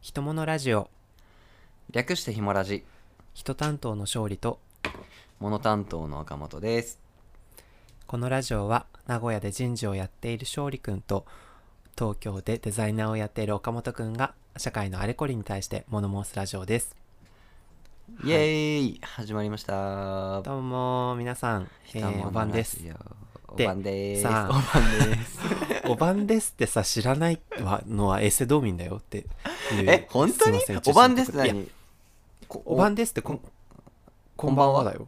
人物ラジオ略してひもラジ人担当の勝利とモノ担当の岡本ですこのラジオは名古屋で人事をやっている勝利くんと東京でデザイナーをやっている岡本くんが社会のあれこれに対して物申すラジオですイエーイ、始まりましたどうも皆さん、え人ー、物おばんですラジオおでばんですさおばあんです おばんですってさ知らないわのはエセ道民だよっていう え本当にすいませおばんですちっょってといや何こおばんですってこんこんばんはだよ、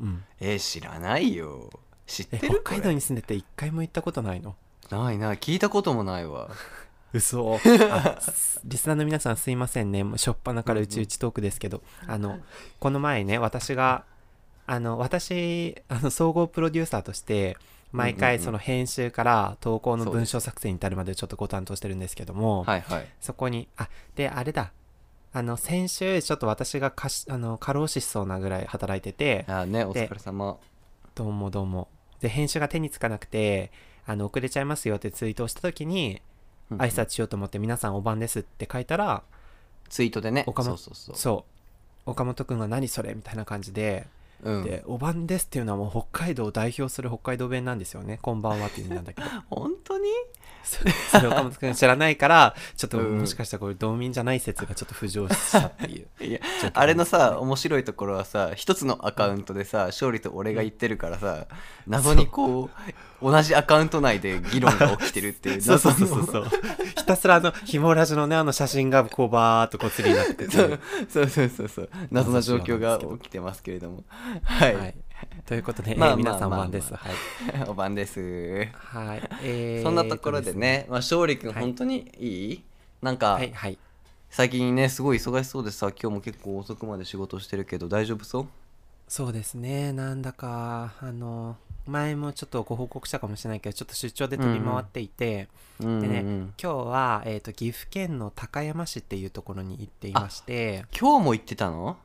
うん、えー知らないよ知っえて北るこ海れ道に住んでて一回も行ったことないのないない聞いたこともないわ 嘘あすリスナーの皆さんすいませんねもう初っ端からうちうちトークですけど、あのこの前ね私があの私あの総合プロデューサーとして毎うんうん回うんその編集から投稿のそうです文章作成に至るまでちょっとご担当してるんですけども、はいはいそこにあであれだあの先週ちょっと私がかしあの過労死しそうなぐらい働いててあーねお疲れ様どうもどうもで編集が手につかなくてあの遅れちゃいますよってツイートをした時にうん挨拶しようと思って皆さんお晩ですって書いたらツイートでね岡そ本うそうそうそう岡本くんが何それみたいな感じで、うんでお晩ですっていうのはもう北海道を代表する北海道弁なんですよねこんばんはっていう意味なんだ けど本当にそそれ岡本くん知らないからちょっとうんもしかしたらこれ道民じゃない説がちょっと浮上したっていう いやちょっとあれのさ面白いところはさ一つのアカウントでさ勝利と俺が言ってるからさ謎にこう同じアカウント内で議論が起きてるってい うそう謎そうそのうそうそうひたすらあのひもラジのねあの写真がこうバーっとこう釣りになってくるそう そうそうそうそう謎な状況が謎なんですけど起きてますけれどもはい、はい、ということで、えーまあまあ皆さんおまあまあ晩です、はいお晩ですはい、えーそんなところでね、まあ、勝利君はい本当にいい、なんとかですねはいはい最近ねすごい忙しそうでさ今日も結構遅くまで仕事してるけど大丈夫そうそうですねなんだかあの前もちょっとご報告したかもしれないけどちょっと出張で飛び回っていて、うんでね、うん今日は、えー、と岐阜県の高山市っていうところに行っていまして今日も行ってたの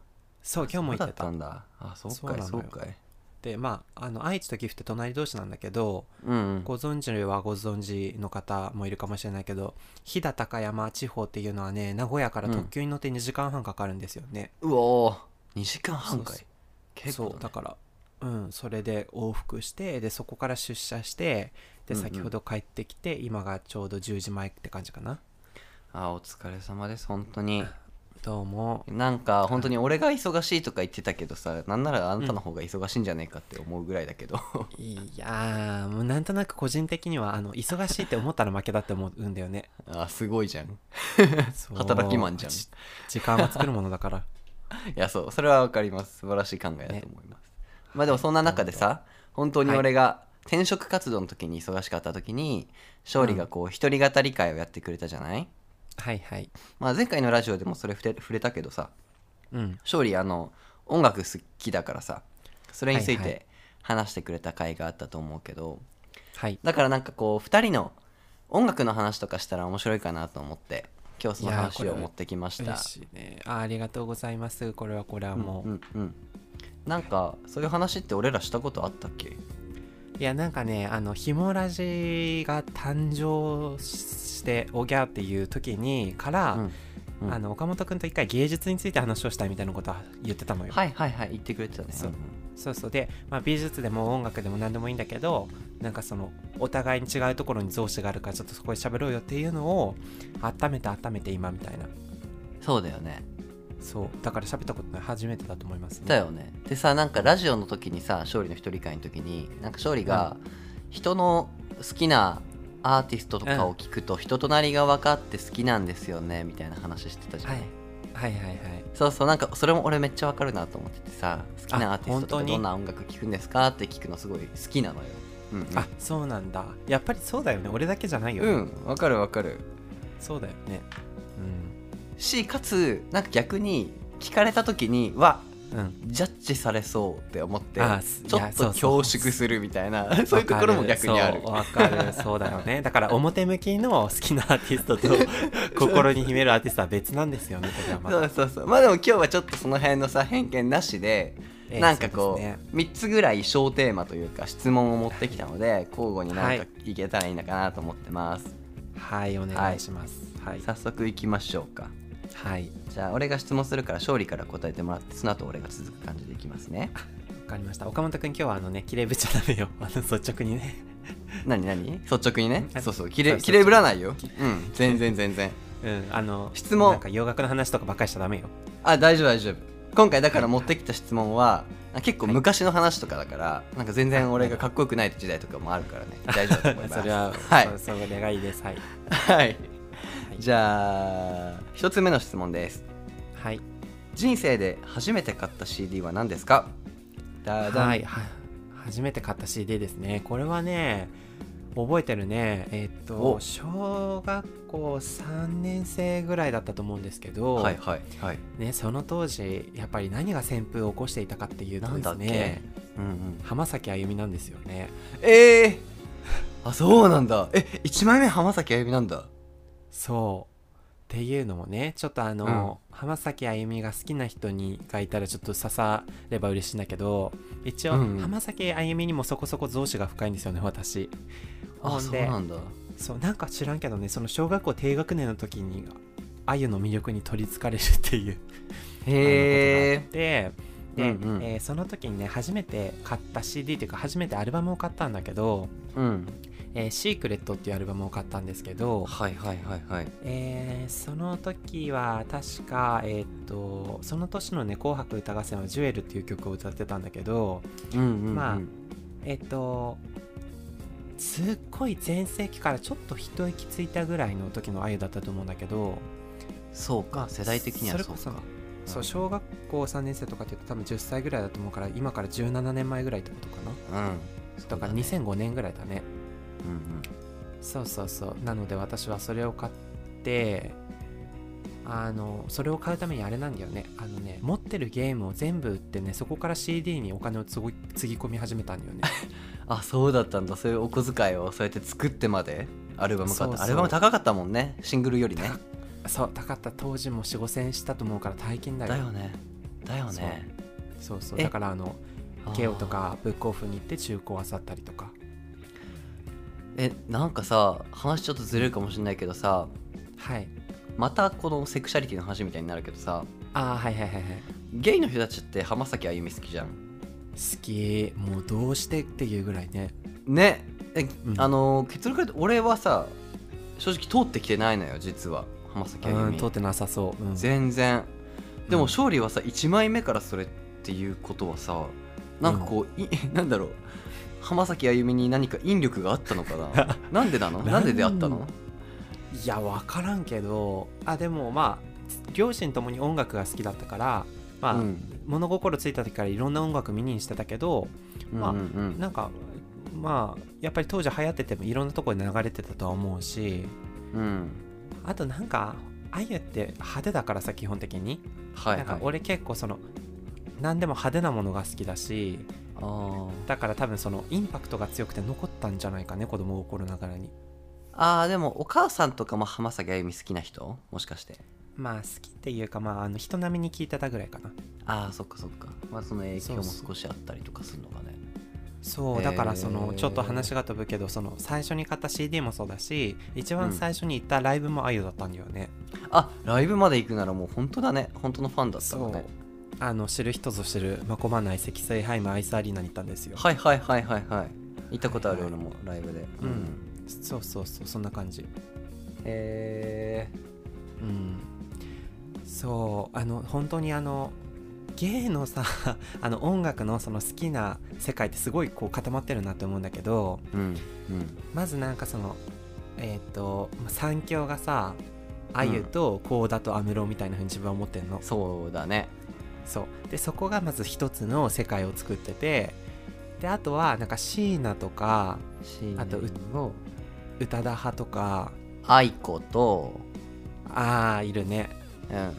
そう今日も行ってそうだったたんだあそうそうなかのいよそうかいでまああの愛知と岐阜って隣同士なんだけど、うんうんご存知はご存知の方もいるかもしれないけど飛騨高山地方っていうのはね名古屋から特急に乗って2時間半かかるんですよね、うおー2時間半かいそう結構そうだからうんそれで往復してでそこから出社してでうんうん先ほど帰ってきて、今がちょうど10時前って感じかなあお疲れ様です本 当にどうもなんか本当に俺が忙しいとか言ってたけどさなんならあなたの方が忙しいんじゃねえかって思うぐらいだ けど、いやーもうなんとなく個人的にはあの忙しいって思ったら負けだって思うんだよねあすごいじゃんいそう 働きマンじゃんじ時間は作るものだから やそうそれはわかります素晴らしい考えだと思います、まあでもそんな中でさ本当に俺が転職活動の時に忙しかった時に勝利がこう一人語り会をやってくれたじゃない、はいはいまあ、前回のラジオでもそれ触れ触れたけどさうん勝利あの音楽好きだからさそれについはいはいて話してくれた回があったと思うけど、はいだからなんかこう2人の音楽の話とかしたら面白いかなと思って今日そのい話やーをこれ持ってきました嬉しいねあーありがとうございますこれはこれはうんもう、うんうんなんかそういう話って俺らしたことあったっけいやなんかねあのひもラジが誕生しておぎゃーっていう時にから、うんうんあの岡本君と一回芸術について話をしたいみたいなことは言ってたのよ、はいはいはい言ってくれてたねそうんそうそうで、まあ、美術でも音楽でも何でもいいんだけどなんかそのお互いに違うところに像子があるからちょっとそこで喋ろうよっていうのを温めて温めて今みたいなそうだよねそうだから喋ったことない初めてだと思いますねだよねでさなんかラジオの時にさ勝利の一人会の時になんか勝利が人の好きなアーティストとかを聞くと人となりが分かって好きなんですよねみたいな話してたじゃん、はいはいはいはいそうそうなんかそれも俺めっちゃ分かるなと思っててさ好きなアーティストとあ本当かにどんな音楽聞くんですかって聞くのすごい好きなのよ、うんうん、あそうなんだやっぱりそうだよね俺だけじゃないよね、うん分かる分かるそうだよねしかつなんか逆に聞かれた時にわうんうんジャッジされそうって思ってあすちょいやっそうそとう恐縮するみたいな そういうところも逆にあるわかるそうわかるそうだよねだから表向きの好きなアーティス トと心に秘めるアーティストは別なんですよねこれはまそうだそうそうまあでも今日はちょっとその辺のさ偏見なしで、ええなんかこうそうですね3つぐらい小テーマというか質問を持ってきたので、交互になんはかいけたらいいのかなと思ってます、はいお願いしますはい、早速いきましょうかはいじゃあ俺が質問するから勝利から答えてもらってその後俺が続く感じでいきます ねわかりました岡本君今日はあのね綺麗ぶっちゃダメよ あの率直にね何何率直にねうんそうそそううきそれうきれぶらな いようん全然全然うんあの質問なんか洋楽の話とかばっかりしちゃダメよあ大丈夫大丈夫今回だから持ってきた質問はあ結構昔の話とかだからなんか全然俺がかっこよくない時代とかもあるからね 大丈夫だと思います それは、はいそうそれがいいですはいはいじゃあ一つ目の質問ですはい人生で初めて買った CD は何ですかだだんはい、は初めて買った CD ですねこれはね覚えてるねえっとお小学校3年生ぐらいだったと思うんですけど、はいはいはいね、その当時やっぱり何が旋風を起こしていたかっていうとなんでだすっけ、ねうんうん、浜崎あゆみなんですよねええあそうなんだえ一1枚目浜崎あゆみなんだそうっていうのもねちょっとあの、浜崎あゆみが好きな人にがいたらちょっと刺されば嬉しいんだけど一応、うんうん浜崎あゆみにもそこそこ造詞が深いんですよね私あほそんうでなんだそうなんか知らんけどねその小学校低学年の時にあゆの魅力に取りつかれるっていうあのことがあってへえで、うんうんえーその時にね初めて買った CD というか初めてアルバムを買ったんだけどうん「えーシークレット」っていうアルバムを買ったんですけど、はいはいはいはいえーその時は確か、えーっとその年のね「紅白歌合戦」は「ジュエル」っていう曲を歌ってたんだけどうんうん、うん、まあえーっとすっごい全盛期からちょっと一息ついたぐらいの時のあゆだったと思うんだけどそうまかあ世代的にはそうそれかこそう小学校3年生とかって言うと多分10歳ぐらいだと思うから今から17年前ぐらいってことかなうだかんらそうね2005年ぐらいだねうんうんそうそうそうなので私はそれを買ってあのそれを買うためにあれなんだよねあのね持ってるゲームを全部売ってねそこから CD にお金をつごつぎ込み始めたんだ よねあそうだったんだそういうお小遣いをそうやって作ってまでアルバム買ったそうそうアルバム高かったもんねシングルよりねそう高かった当時も4 5千円したと思うから大金だよだよねだよそうねそうそうえだからあのあー慶応とかブックオフに行って中古を漁ったりとかえなんかさ話ちょっとずれるかもしれないけどさはいまたこのセクシャリティの話みたいになるけどさああはいはいはいはいゲイの人たちって浜崎あゆみ好きじゃん好きもうどうしてっていうぐらいねねえ、うんあのー結論から言うと俺はさ正直通ってきてないのよ実は浜崎あゆうんみ、通ってなさそう、うん、全然でもうん勝利はさ1枚目からそれっていうことはさなんかこう、い なんだろう浜崎あゆみに何か引力があったの かななんでなのなんで出会ったのいや分からんけどあでもまあ両親ともに音楽が好きだったからまあ、うん物心ついた時からいろんな音楽見にしてたけどまあうんうんなんかまあやっぱり当時流行っててもいろんなところで流れてたとは思うしうんうんあとなんかあゆって派手だからさ基本的に、はいはいなんか俺結構その何でも派手なものが好きだしあーだから多分そのインパクトが強くて残ったんじゃないかね子供心ながらにあーでもお母さんとかも浜崎あゆみ好きな人もしかしてまあ好きっていうかまああの人並みに聞いてたぐらいかなああそっかそっかまあその影響もそうそう少しあったりとかするのかねそへーうだからそのちょっと話が飛ぶけどその最初に買った CD もそうだし一うん番最初に行ったライブもあゆだったんだよね、あライブまで行くならもう本当だね本当のファンだったのねあの知る人ぞ知る真駒内積水ハイムアイスアリーナに行ったんですよ、はいはいはいはいはい行ったことある俺もライブでうんそうそうそうそんな感じへえうんそうあの本当にあの芸のさ あの音楽のその好きな世界ってすごいこう固まってるなって思うんだけどうんまずなんかそのえっ、とまあ三強がさあゆとこうだと安室みたいなふうに自分は思ってんの、そうだねそうでそこがまず一つの世界を作っててであとはなんか椎名とかあとうを宇多田派とか愛子とああいるねうんうん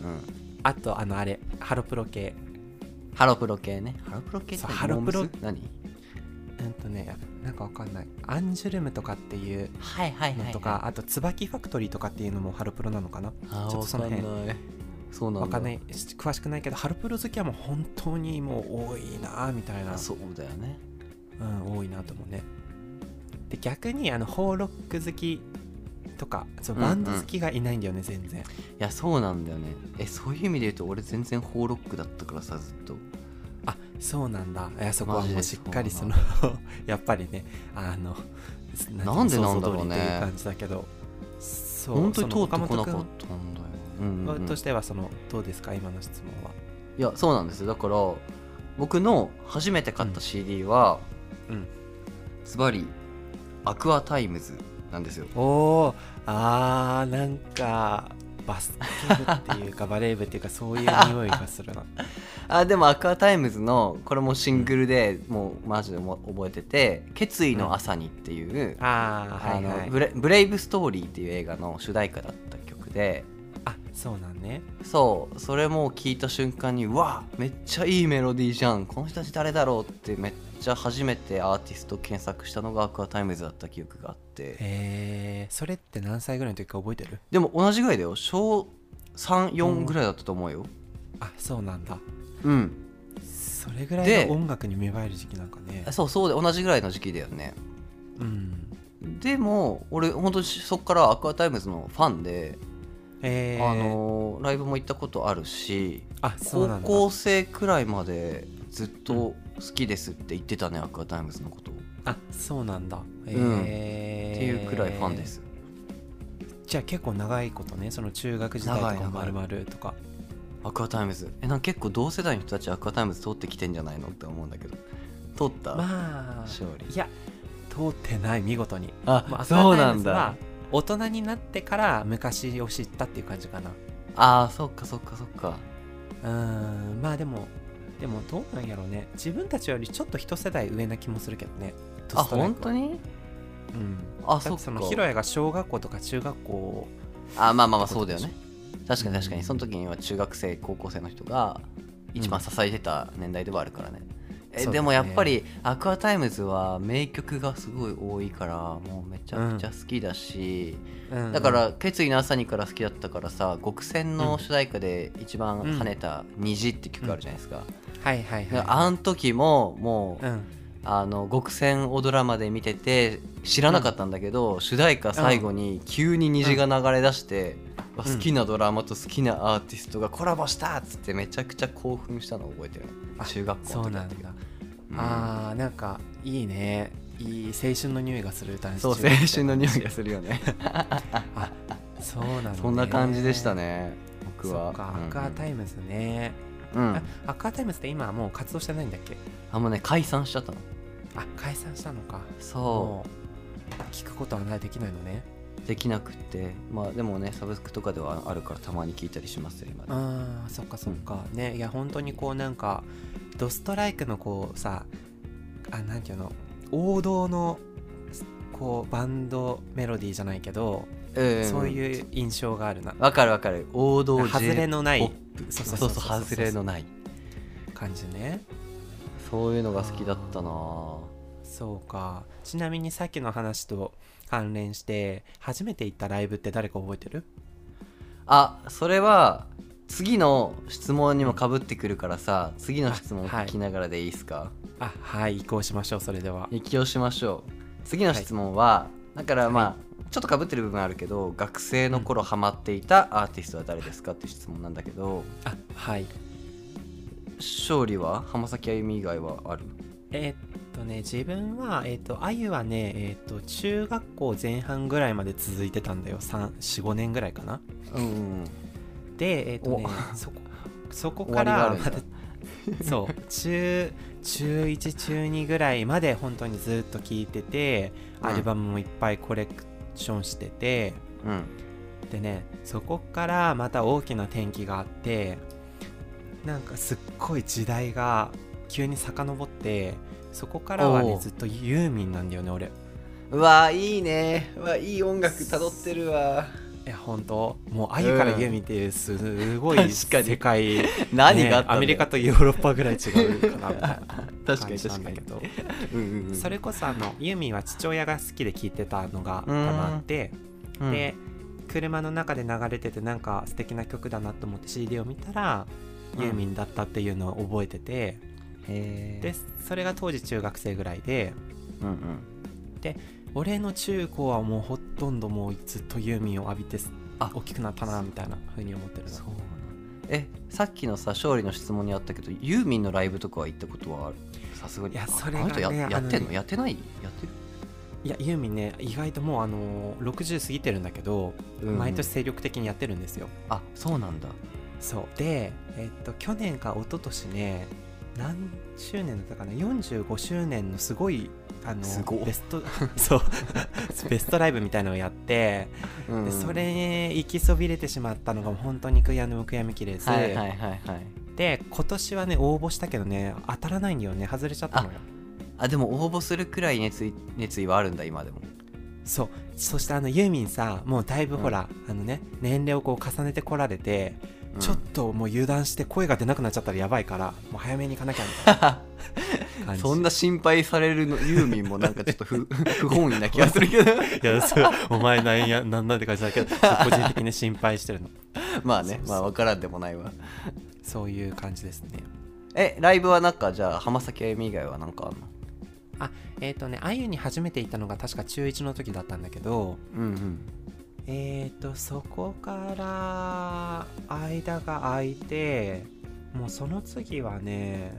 あとあのあれハロプロ系ハロプロ系ねハロプロ系ってそうハロプロモームス何うんとねなんかわかんないアンジュルムとかっていうはいはいのとか、あと椿ファクトリーとかっていうのもハロプロなのかなあちょっとその辺わかんないそうなんだわかんないし詳しくないけどハロプロ好きはもう本当にもう多いなあみたいなそうだよねうん、多いなと思うねで逆にあのホーロック好きとかそううんうんバンド好きがいないんだよね、全然やそうなんだよねえそういう意味で言うと俺全然ホーロックだったからさずっとあそうなんだいやそこはマジもでうしっかりそそうの やっぱりねあのなんでなんだろ想像通うねりという感じだけどそう本当に通そのって岡こな本かった君んだよ、うんうんうんとしてはそのどうですか今の質問は、いやそうなんですよだから僕の初めて買った CD はうんズバリアクアタイムズなんですよおーあーなんかバスケ部って いうかバレー部っていうかそういう匂いがするなあでもアクアタイムズのこれもシングルでもうマジでも覚えてて「決意の朝に」っていう、あーあはいのはいブレ「ブレイブストーリー」っていう映画の主題歌だった曲であそうなんねそうそれも聞いた瞬間にうわめっちゃいいメロディーじゃんこの人たち誰だろうってめっちゃ初めてアーティスト検索したのがアクアタイムズだった記憶があってえー、それって何歳ぐらいの時か覚えてるでも同じぐらいだよ小う34んぐらいだったと思うよあそうなんだうん、それぐらでいの音楽に芽生える時期なんかねそうそうで同じぐらいの時期だよねうんでも俺本当にそっからアクアタイムズのファンで、えー、あのーライブも行ったことあるしあそうな高んだ校生くらいまでずっと好きですって言ってたね、アクアタイムズのことをあそうなんだえんーっていうくらいファンです、じゃあ結構長いことねその中学時代と長いか長まいるまるとかアクアタイムズえなんか結構同世代の人たちアクアタイムズ通ってきてんじゃないのって思うんだけど通った、まあ勝利いや通ってない見事にあまあそうアクアタなイムんズはだ大人になってから昔を知ったっていう感じかなああそっかそっかそっかうーんまあでもでもどうなんやろうね自分たちよりちょっと一世代上な気もするけどねあ本当ににうんあだっそってかそのヒロヤが小学校とか中学校あまあまあまあそうだよね確かに確うかにんその時には中学生高校生の人が一番支えてた年代ではあるからね、そえうだねでもやっぱりアクアタイムズは名曲がすごい多いからもうめちゃくちゃ好きだし、うんだから「決意の朝に」から好きだったからさ「極戦」の主題歌で一番跳ねた「虹」って曲あるじゃないですか、はいはいだからはあの時もも、いううんあの極戦をドラマで見てて知らなかったんだけど、主題歌最後に急に虹が流れ出して、わうん好きなドラマと好きなアーティストがコラボしたっつってめちゃくちゃ興奮したのを覚えてるねあ中学校そのう時だなっんたけどだ、うんあーなんかいいねいい青春の匂いがする男子そう青中学生春の匂いがするよねあそうなの、ね、 そんな感じでしたね僕そはっかアクアタイイムズね、ム、うんあアクアタイムズって今はもう活動してないんだっけあもうね解散しちゃったのあ解散したのかそもう聞くことはないできないのねうできなくってまあでもねサブスクとかではあるからたまに聞いたりしますよ今であーそっかそっか、ねいや本当にこうなんかドストライクのこうさあなんていうの王道のこうバンドメロディーじゃないけど、うんそういう印象があるなわかるわかる王道 J 外れのない J-POP そうそそううそそううそう外れのない感じねそういうのが好きだったなぁそうかちなみにさっきの話と関連して初めて行ったライブって誰か覚えてるあそれは次の質問にもかぶってくるからさ次の質問を聞きながらでいいですか、あはい移行しましょうそれでは行きをしましょう次の質問は、だからまあ、ちょっとかぶってる部分あるけど学生の頃ハマっていたアーティストは誰ですかっていう質問なんだけどあはい勝利は浜崎あゆみ以外はあるえーっとね自分はえーっとあゆはねえーっと中学校前半ぐらいまで続いてたんだよ345年ぐらいかなうんうんでえーっとねお そこそこ終かわりがあらるんだまたそう中中1中2ぐらいまで本当にずっと聴いててうんアルバムもいっぱいコレクションしてて、うんでねそこからまた大きな転機があってなんかすっごい時代が急に遡ってそこからはおねうずっとユーミンなんだよね俺いうわいいねうわいい音楽たどってるわや本当もうあゆからユーミンっていうすご確いかに世界、何があったんだよねアメリカとヨーロッパぐらい違うかなみたいな確か感にじな確んだかにけ、どうんうんうん、それこそあのユーミンは父親が好きで聴いてたのが多分あってうんで車の中で流れててなんか素敵な曲だなと思って CD を見たらうんユーミンだったっていうのを覚えてて、へーでそれが当時中学生ぐらいでうんうん俺の中高はもうほどんどんもうずっとユーミンを浴びてあ大きくなったなみたいな風に思ってるなそうなえさっきのさ勝利の質問にあったけどユーミンのライブとかは行ったことはあるさすがにいやあそれがあの人やねやってんあののやってないやってるいやユーミンね意外ともうあのー60過ぎてるんだけど、うん毎年精力的にやってるんですよあそうなんだそうで、えっと、去年か一昨年ね何周年だったかな45周年のすごいあのすごっベスト そうベストライブみたいのをやって、うんでそれに行きそびれてしまったのが本当に悔やむ悔やみきれず、はいはいはいはいで今年はね応募したけどね当たらないんだよね外れちゃったのよあでも応募するくらい熱意熱意はあるんだ今でもそうそしてあのユーミンさもうだいぶうんほら、あのね年齢をこう重ねてこられて、うんちょっともう油断して声が出なくなっちゃったらやばいからもう早めに行かなきゃみたいな感じそんな心配されるのユーミンもなんかちょっと不 不本意な気がするけどいやそうお前なんやなんなんって感じだけどちょっと個人的に心配してるのまあそねうそうまあ分からんでもないわそういう感じですねえライブはなんかじゃあ浜崎あゆみ以外はなんかあんのえっ、とねあゆに初めて行ったのが確か中1の時だったんだけどうんうんえっ、とそこから間が空いてもうその次はね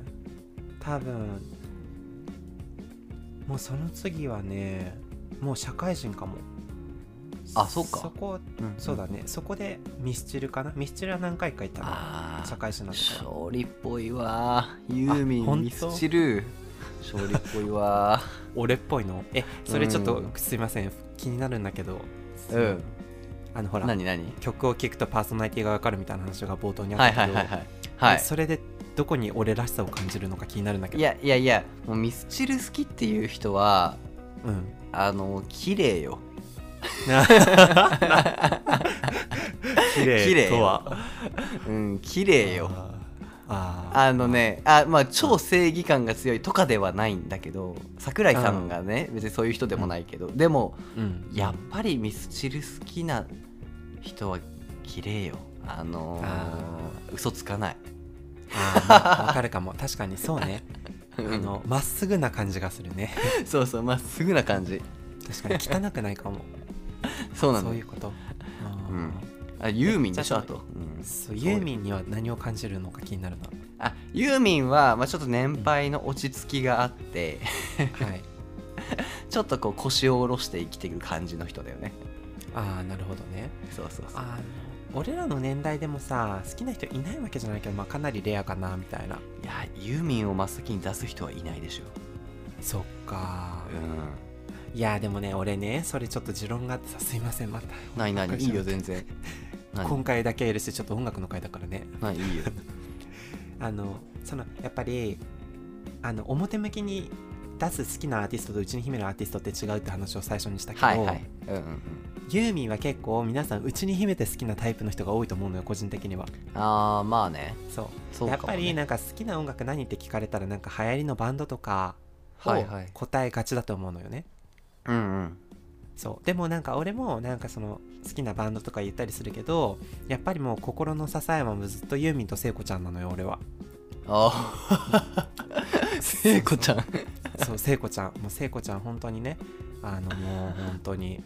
多分もうその次はねもう社会人かもあそうかそこうんそうだねそこでミスチルかなミスチルは何回か行ったなああ社会人の時から勝利っぽいわユーミあ本ン当ミスチル勝利っぽいわ俺っぽいのえそれちょっとうんすいません気になるんだけど うんあのほら何何曲を聴くとパーソナリティがわかるみたいな話が冒頭にあっはいたけど、はいはいはいはいそれでどこに俺らしさを感じるのか気になるんだけどいやいやいやもうミスチル好きっていう人はうん あの綺麗よ綺綺麗ようん綺麗よあーあのねあまあ超正義感が強いとかではないんだけど桜井さんがね別にそういう人でもないけどでもうんやっぱりミスチル好きな人は綺麗よあのーあ嘘つかないあーわかるかも確かにそう ねあのまっすぐな感じがするねそうそうまっすぐな感じ確かに汚くないかもそうなそのういうことあーうんあユーミンでしょえあと、うんそうユーミンには何を感じるのか気になるなあユーミンは、まあ、ちょっと年配の落ち着きがあって、はいちょっとこう腰を下ろして生きてくる感じの人だよねああなるほどねそうそうそうあの俺らの年代でもさ好きな人いないわけじゃないけど、まあ、かなりレアかなみたいないやユーミンを真っ先に出す人はいないでしょそっかうんいやでもね俺ねそれちょっと持論があってさすいませんまたないないばっかりいいじゃよん全然今 何回だけ許してちょっと音楽の回だからね何いいよあのそのやっぱりあの表向きに出す好きなアーティストとうちに秘めるアーティストって違うって話を最初にしたけど、はいはいうんうんうんユーミンは結構皆さんうちに秘めて好きなタイプの人が多いと思うのよ個人的にはああまあねそうそうかやも、っね、ぱりなんか好きな音楽何って聞かれたらなんか流行りのバンドとかをはいはい答えがちだと思うのよね、うんうんそうでもなんか俺もなんかその好きなバンドとか言ったりするけどやっぱりもう心の支えはもうずっとユーミンと聖子ちゃんなのよ俺 はああ聖子ちゃんそう聖子ちゃんもう聖子ちゃん本当にねあのもう本 当に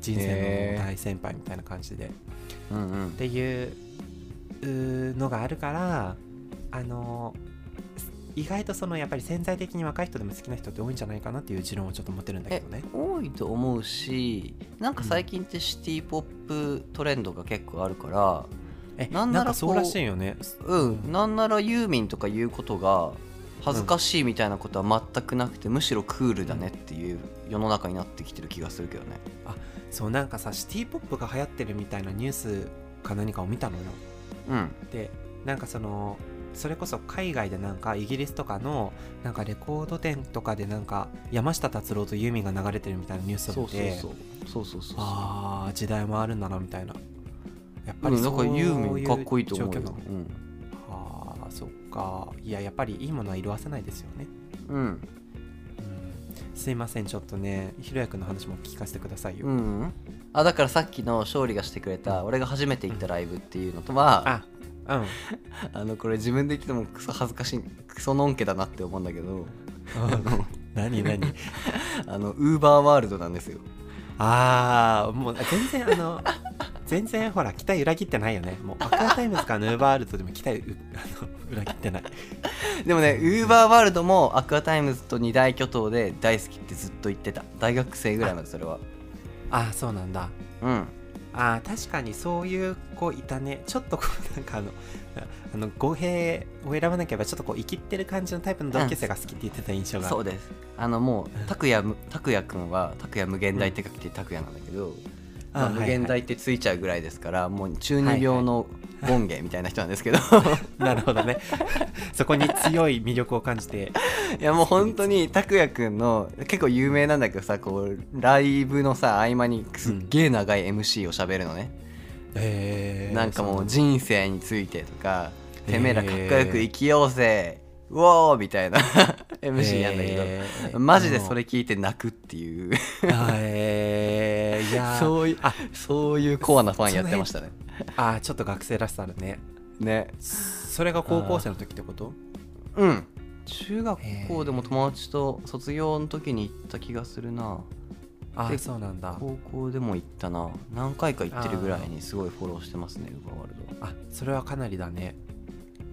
人生の大先輩みたいな感じで、うんうっんていううーのがあるからあの意外とそのやっぱり潜在的に若い人でも好きな人って多いんじゃないかなっていう持論をちょっと持ってるんだけどね多いと思うしなんか最近ってシティポップトレンドが結構あるからえなんならかそうらしいよねうん、うんなんならユーミンとか言うことが恥ずかしいみたいなことは全くなくて、むしろクールだねっていう世の中になってきてる気がするけどねそうなんかさシティ・ポップが流行ってるみたいなニュースか何かを見たのようんでなんかそのそれこそ海外でなんかイギリスとかのなんかレコード店とかでなんか山下達郎とユーミンが流れてるみたいなニュースそをう見そうてそうそうそうそうああ時代もあるんだなみたいなやっぱうりん、なんかそうユーミいンかっこいいと思う状況よなの、ああそっかいややっぱりいいものは色あせないですよね、うんうんうん、すいませんちょっとねひろやくんの話も聞かせてくださいよ、うんうんあだからさっきの勝利がしてくれた俺が初めて行ったライブっていうのとはあ うんあのこれ自分で言ってもクソ恥ずかしいクソのんけだなって思うんだけど何何あのウーバーワールドなんですよああもう全然あの全然ほら期待裏切ってないよねもうアクアタイムズかヌーバーワールドでも期待うあの裏切ってないでもねウーバーワールドもアクアタイムズと二大巨頭で大好きってずっと言ってた大学生ぐらいまでそれはああそうなんだうんあー確かにそういう子いたねちょっとこうなんかあの あの語弊を選ばなければちょっとこう生きってる感じのタイプの同級生が好きって言ってた印象があるそうですあのもう拓也む拓也くんは拓也無限大って書いて拓也なんだけど、まああー無限はい大ってついちゃうぐらいですから、もう中二病の権限みたいな人なんです けど、はいなるほど ねそこに強い魅力を感じていやもう本当に拓也くんの結構有名なんだけどさこうライブのさ合間にすっげえ長い MC をしゃべるのね、えーなんかもうそ人生についてとか「えーてめえらかっこよく生きようぜ、うおー!」みたい な MC なんだけど、えーマジでそれ聞いて泣くっていうあーえーいやうそういうあそういうコアなファンやってましたねあーちょっと学生らしさあるねねそれが高校生の時ってことうん中学校でも友達と卒業の時に行った気がするなあでーそうなんだ高校でも行ったな何回か行ってるぐらいにすごいフォローしてますねウーバーワールドはあそれはかなりだね、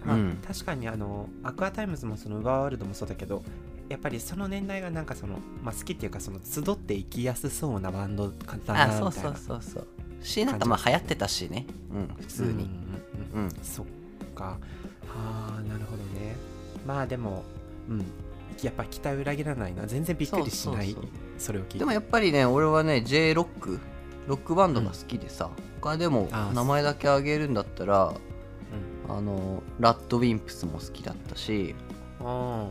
まあうん確かにあのアクアタイムズもそのウーバーワールドもそうだけどやっぱりその年代がなんかその、まあ、好きっていうかその集っていきやすそうなバンドだなみたいあなそうそうそうそうしなんかまあ流行ってたしねうん普通うんうんにうん、うんそっかあーなるほどねまあでもうんやっぱ期待を裏切らないな全然びっくりしないそうそうそれを聞いでてもやっぱりね俺はね J ロックロックバンドが好きでさ、他でもあー名前だけ挙げるんだったらあのラッドウィンプスも好きだったしうん、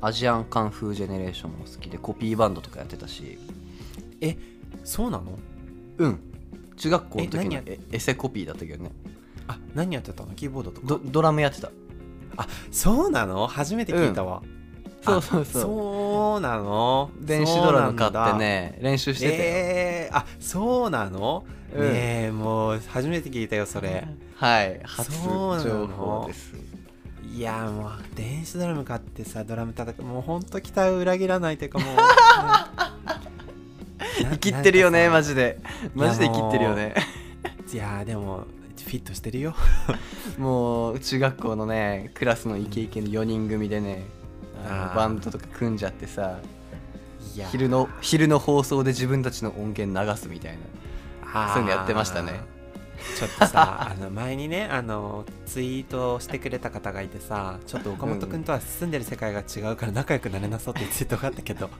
アジアンカンフージェネレーションも好きでコピーバンドとかやってたしそうなのうん中学校のえ時何にやっエエセコピーだったけどねあ何やってたのキーボードとドかドラムやってたそうなの初めて聞いたわ、そうそうそうそうなの電子ドラムそ買うってなんだね練習してたよ、えー、あそうなの、うんねえもう初めて聞いたよそれはい初そうなの情報ですいやもう電子ドラム買ってさドラム叩くもうほんと期待を裏切らないというか もうな生きってるよねなんかマジでマジで生きってるよね さいやでもフィットしてるよもう中学校のねクラスのイケイケの4人組でねああーのバンドとか組んじゃってさいや昼の昼の放送で自分たちの音源流すみたいなあーそういうのやってましたねちょっとさ あの前にねあのツイートをしてくれた方がいてさちょっと岡本君とは住んでる世界が違うから仲良くなれなそうっていうツイートがあったけ ど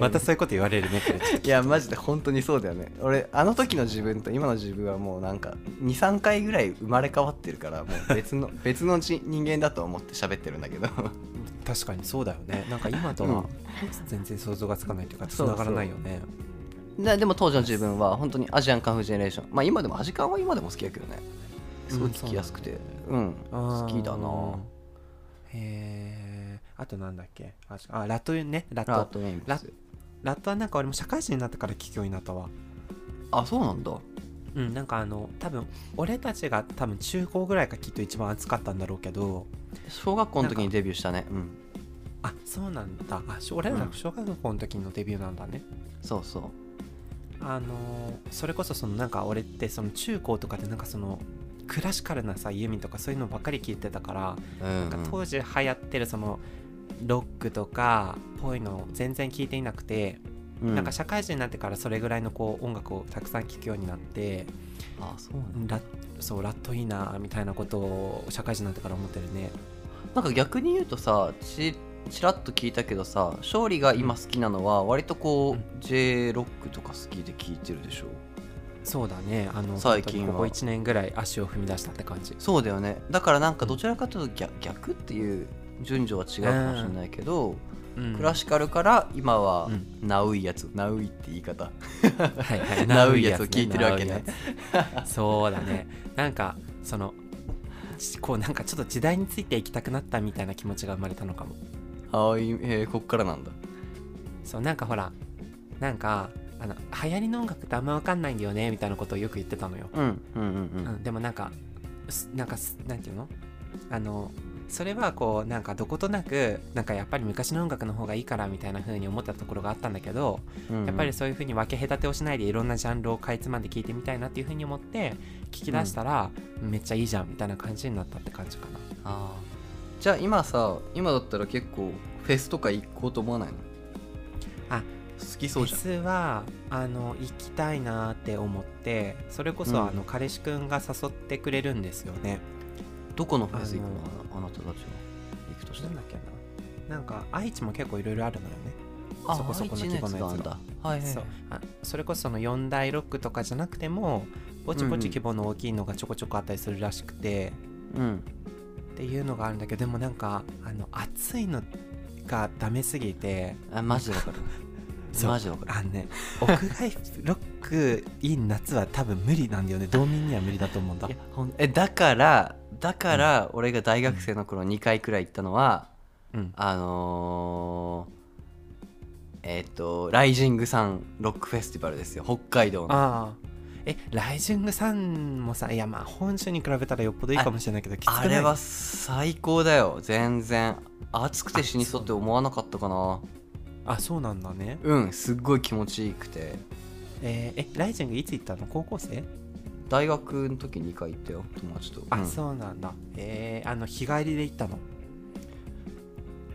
またそういうこと言われるねこれちょっと いやマジで本当にそうだよね俺あの時の自分と今の自分はもうなんか23回ぐらい生まれ変わってるからもう別 の別のじ人間だと思って喋ってるんだけど確かにそうだよねなんか今とは全然想像がつかないというかつながらないよねなでも当時の自分は本当にアジアンカンフージェネレーションまあ今でもアジカンは今でも好きやけどねすごい聞きやすくてうん、あ好ーきだなへえあとなんだっけああラットねラットララッットトウィンプスはなんか俺も社会人になってから聞くようになったわあそうなんだうんなんかあの多分俺たちが多分中高ぐらいがきっと一番熱かったんだろうけど小学校の時にデビューしたねうんあそうなんだあし俺らが小学校の時のデビューなんだね、そうそうあのーそれこそそのなんか俺ってその中高とかでなんかそのクラシカルなさユーミンとかそういうのばっかり聞いてたから、うんなんか当時流行ってるそのロックとかっぽいのを全然聞いていなくて、うなんか社会人になってからそれぐらいのこう音楽をたくさん聴くようになって、あそうなんだラそうラットいいなみたいなことを社会人になってから思ってるねなんか逆に言うとさちちらっと聞いたけどさ勝利が今好きなのは割とこう、J ロックとか好きで聞いてるでしょそうだねあの最近本は当にここ1年ぐらい足を踏み出したって感じそうだよねだからなんかどちらかというと逆逆っていう順序は違うかもしれないけど、クラシシカルから今は、うんナウイやつナウイって言い方 はいはい、ナウイやつを聞いてるわけナウねイやつそうだねなんかそのちこうなんかちょっと時代についていきたくなったみたいな気持ちが生まれたのかもはい、えー、こっからなんだそうなんかほらなんかあの流行りの音楽ってあんま分かんないんだよねみたいなことをよく言ってたのよ、うんうんうんううんん、でもなんかすなんかすなんていうのあのそれはこうなんかどことなくなんかやっぱり昔の音楽の方がいいからみたいな風に思ったところがあったんだけど、やっぱりそういう風に分け隔てをしないでいろんなジャンルをかいつまんで聴いてみたいなっていう風に思って聞き出したら、めっちゃいいじゃんみたいな感じになったって感じかな。あーじゃあ今さ今だったら結構フェスとか行こうと思わないのあ好きそうじゃんフェスはあの行きたいなって思ってそれこそ、うんあの彼氏くんが誘ってくれるんですよね。どこのフェス行くのああなあなたたちは行くとしなたんらだっけななんか愛知も結構いろいろあるのよね。あそこそこの愛知規模のやつがあんだはいはいそうあそれこそその4大ロックとかじゃなくてもぼちぼうんうんち規模の大きいのがちょこちょこあったりするらしくて、うんっていうのがあるんだけどでもなんかあの暑いのがダメすぎてあマジでわかる そうマジでわかるあの ね屋外ロックいい夏は多分無理なんだよね道民には無理だと思うんだいやほんえだからだから俺が大学生の頃2回くらい行ったのはうんあのーえっ、とライジングサンロックフェスティバルですよ北海道のああえライジングさんもさいやまあ本州に比べたらよっぽどいいかもしれないけどきつくなあいれは最高だよ全然暑くて死にそうって思わなかったかなあそうなんだねうんすっごい気持ちいいくてえーえライジングいつ行ったの高校生大学の時2回行ったよ友達とあ、うんそうなんだえー、あの日帰りで行ったの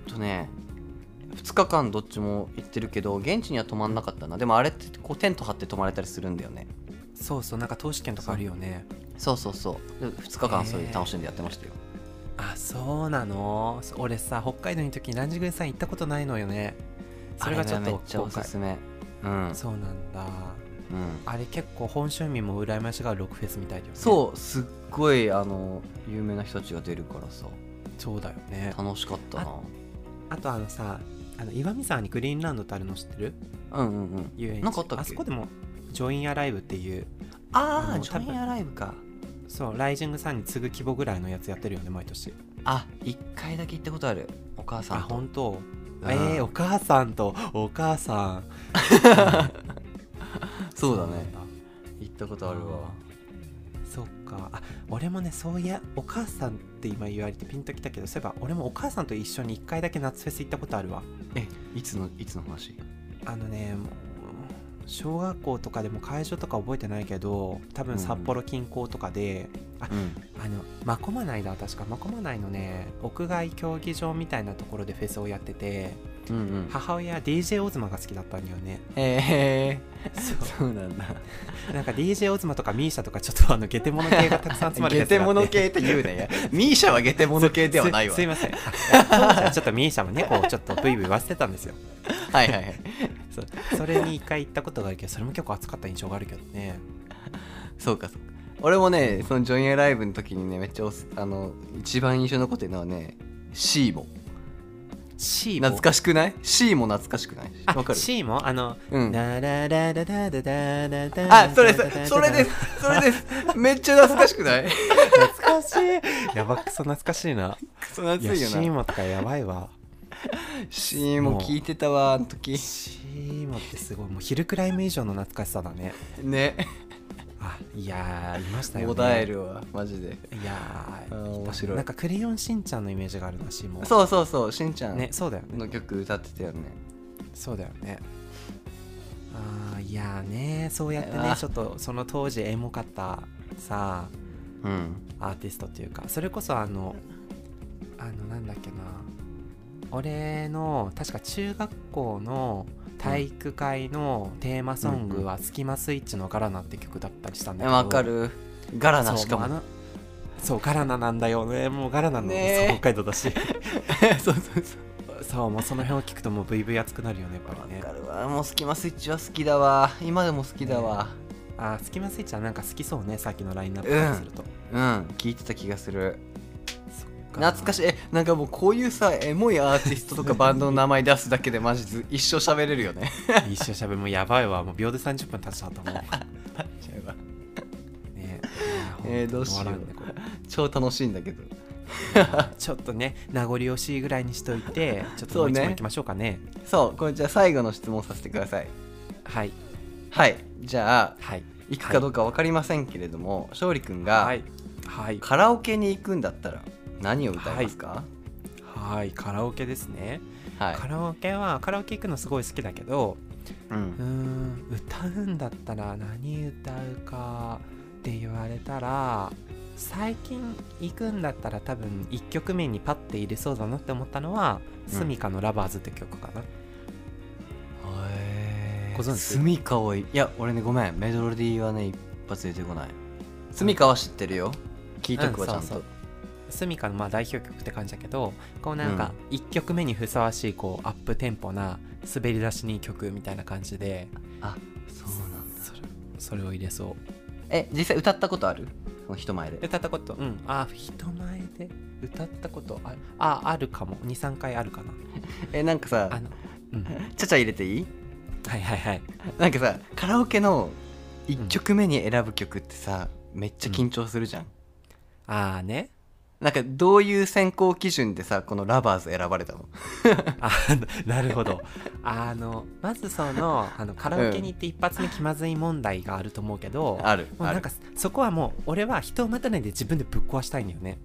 えっとね2日間どっちも行ってるけど現地には泊まんなかったなでもあれってこうテント張って泊まれたりするんだよねそうそうなんか投資券とかあるよねそうそうそう2日間それで楽しんでやってましたよ、あそうなのそ俺さ北海道の時にランジグンさん行ったことないのよねそれがちょっとあれはめっちゃ後おす悔すめうん、うん、そうなんだあれ結構本州民も羨ましがるロックフェスみたいだよねそうすっごいあの有名な人たちが出るからさそうだよね楽しかったなあとあのさあの岩見沢にグリーンランドってあるの知ってるうんうんうん遊園地なんかあったっけそこでもジョインアライブっていうあああのジョインアライブかそうライジングさんに次ぐ規模ぐらいのやつやってるよね毎年あ一回だけ行ったことあるお母さあんと本当うんえー、お母さんとお母さんそうだねなん行ったことあるわそっかあ俺もねそういやお母さんって今言われてピンときたけどそういえば俺もお母さんと一緒に1回だけ夏フェス行ったことあるわえいつのいつの話あのねもう小学校とかでも会場とか覚えてないけど多分札幌近郊とかで、うんあの真駒内だ確か真駒内のね屋外競技場みたいなところでフェスをやっててうんうん母親 DJ オズマが好きだったんだよねへえそそうなんだなんか DJ オズマとか MISIA とかちょっとあのゲテモノ系がたくさん集まる ゲテモノ系って言うねミーシャはゲテモノ系ではないわすすいませんあ当時はちょっと MISIA もねこうちょっとブイブイ忘れてたんですよはいはいはいそうそれに一回行ったことがあるけどそれも結構熱かった印象があるけどねそうかそうか俺もねそのジョインアライブの時にねめっちゃおすあの一番印象に残ってるのはねシーモ C も懐かしくないシーモ懐かしくないあわかる C もあのうんダラララダダダダダあそれそれそれですそれですめっちゃ懐かしくない懐かしいやばくそ懐かしいなそのいや懐いよ C なもとかやばいわシーモ聞いてたわあの時 C もってすごいもうヒルクライム以上の懐かしさだねねあいやーいましたよねもだえるわマジでいやあーーいた面白いなんかクレヨンしんちゃんのイメージがあるな C もそうそうそうしんちゃんねそうだよねの曲歌ってたよねそうだよねあーいやーねそうやってうわねちょっとその当時エモかったさうんアーティストっていうかそれこそあのあのなんだっけな俺の確か中学校の体育会のテーマソングは「スキマスイッチのガラナ」って曲だったりしたんだけえどわかるガラナそうしかもうあものそうガラナなんだよねもうガラナの、ねえそう北海道だ しそうそうそうそうもうその辺を聞くともうブイブイ熱くなるよねやっぱわりねかるわもうスキマスイッチは好きだわ今でも好きだわ、あースキマスイッチはなんか好きそうねさっきのラインナップからすると、うん聞いてた気がする懐かしいしいえなんかもうこういうさエモいアーティストと かバンドの名前出すだけでマジず一生喋れるよね一生しゃべもうや ばいわもう秒で30分経っちゃったもんね えーどうしよ終うわらんねこれ超楽しいんだけどちょっとね名残惜しいぐらいにしといてちょっとも そううね一問いきましょうかねそうこれじゃあ最後の質問させてくださいはいはいじゃあはい行くかどうか分かりませんけれども、勝利君がはいはいカラオケに行くんだったら何を歌いますかはいカラオケですね、はい、カラオケはカラオケ行くのすごい好きだけどう、うんーん歌うんだったら何歌うかって言われたら最近行くんだったら多分1曲目にパッて入れそうだなって思ったのは「うんスミカのラバーズ」って曲かな、ご存知スミカをいや俺ねごめんメドロディーはね一発出てこないスミカは知ってるよ聞いとくわうんちゃんそうそと、うスミカのまあ代表曲って感じだけどこうなんか1曲目にふさわしいこうアップテンポな滑り出しに曲みたいな感じでそうなんだそれそれを入れそうえ実際歌ったことあるその人前で歌ったことうんあ人前で歌ったことあるああるかも23回あるかなえなんかあさのうんちゃちゃ入れていいはいはいはいなんかさカラオケの1曲目に選ぶ曲ってさ、めっちゃ緊張するじゃん、ああねなんかどういう選考基準でさこの「ラバーズ」選ばれたのあ なるほどあのまずそのあのカラオケに行って一発目気まずい問題があると思うけど、あるもうあなるんかそこはもう俺は人を待たないで自分でぶっ壊したいんだよね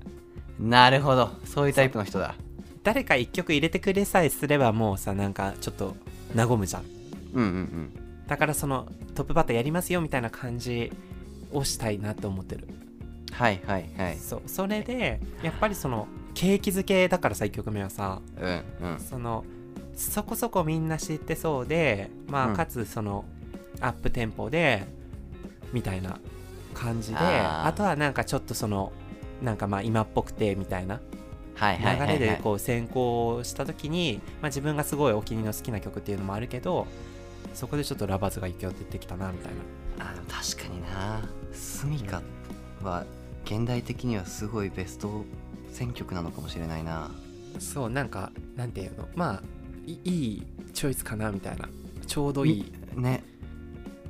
なるほどそういうタイプの人だ誰か一曲入れてくれさえすればもうさなんかちょっと和むじゃんうんうんうんだからそのトップバッターやりますよみたいな感じをしたいなと思ってるはいはいはいそうそれでやっぱりその景気づけだからさ1曲目はさうんうんそのそこそこみんな知ってそうでまうあんかつそのアップテンポでみたいな感じであーあとはなんかちょっとそのなんかまあ今っぽくてみたいなはい流はいはい、はい、れでこう先行した時にまあ自分がすごいお気に入りの好きな曲っていうのもあるけどそこでちょっとラバーズが勢い出てきたなみたいなあでも確かになスミカは現代的にはすごいベスト選曲なのかもしれないなそうなんかなんていうのまあいいいチョイスかなみたいなちょうどいい、ね、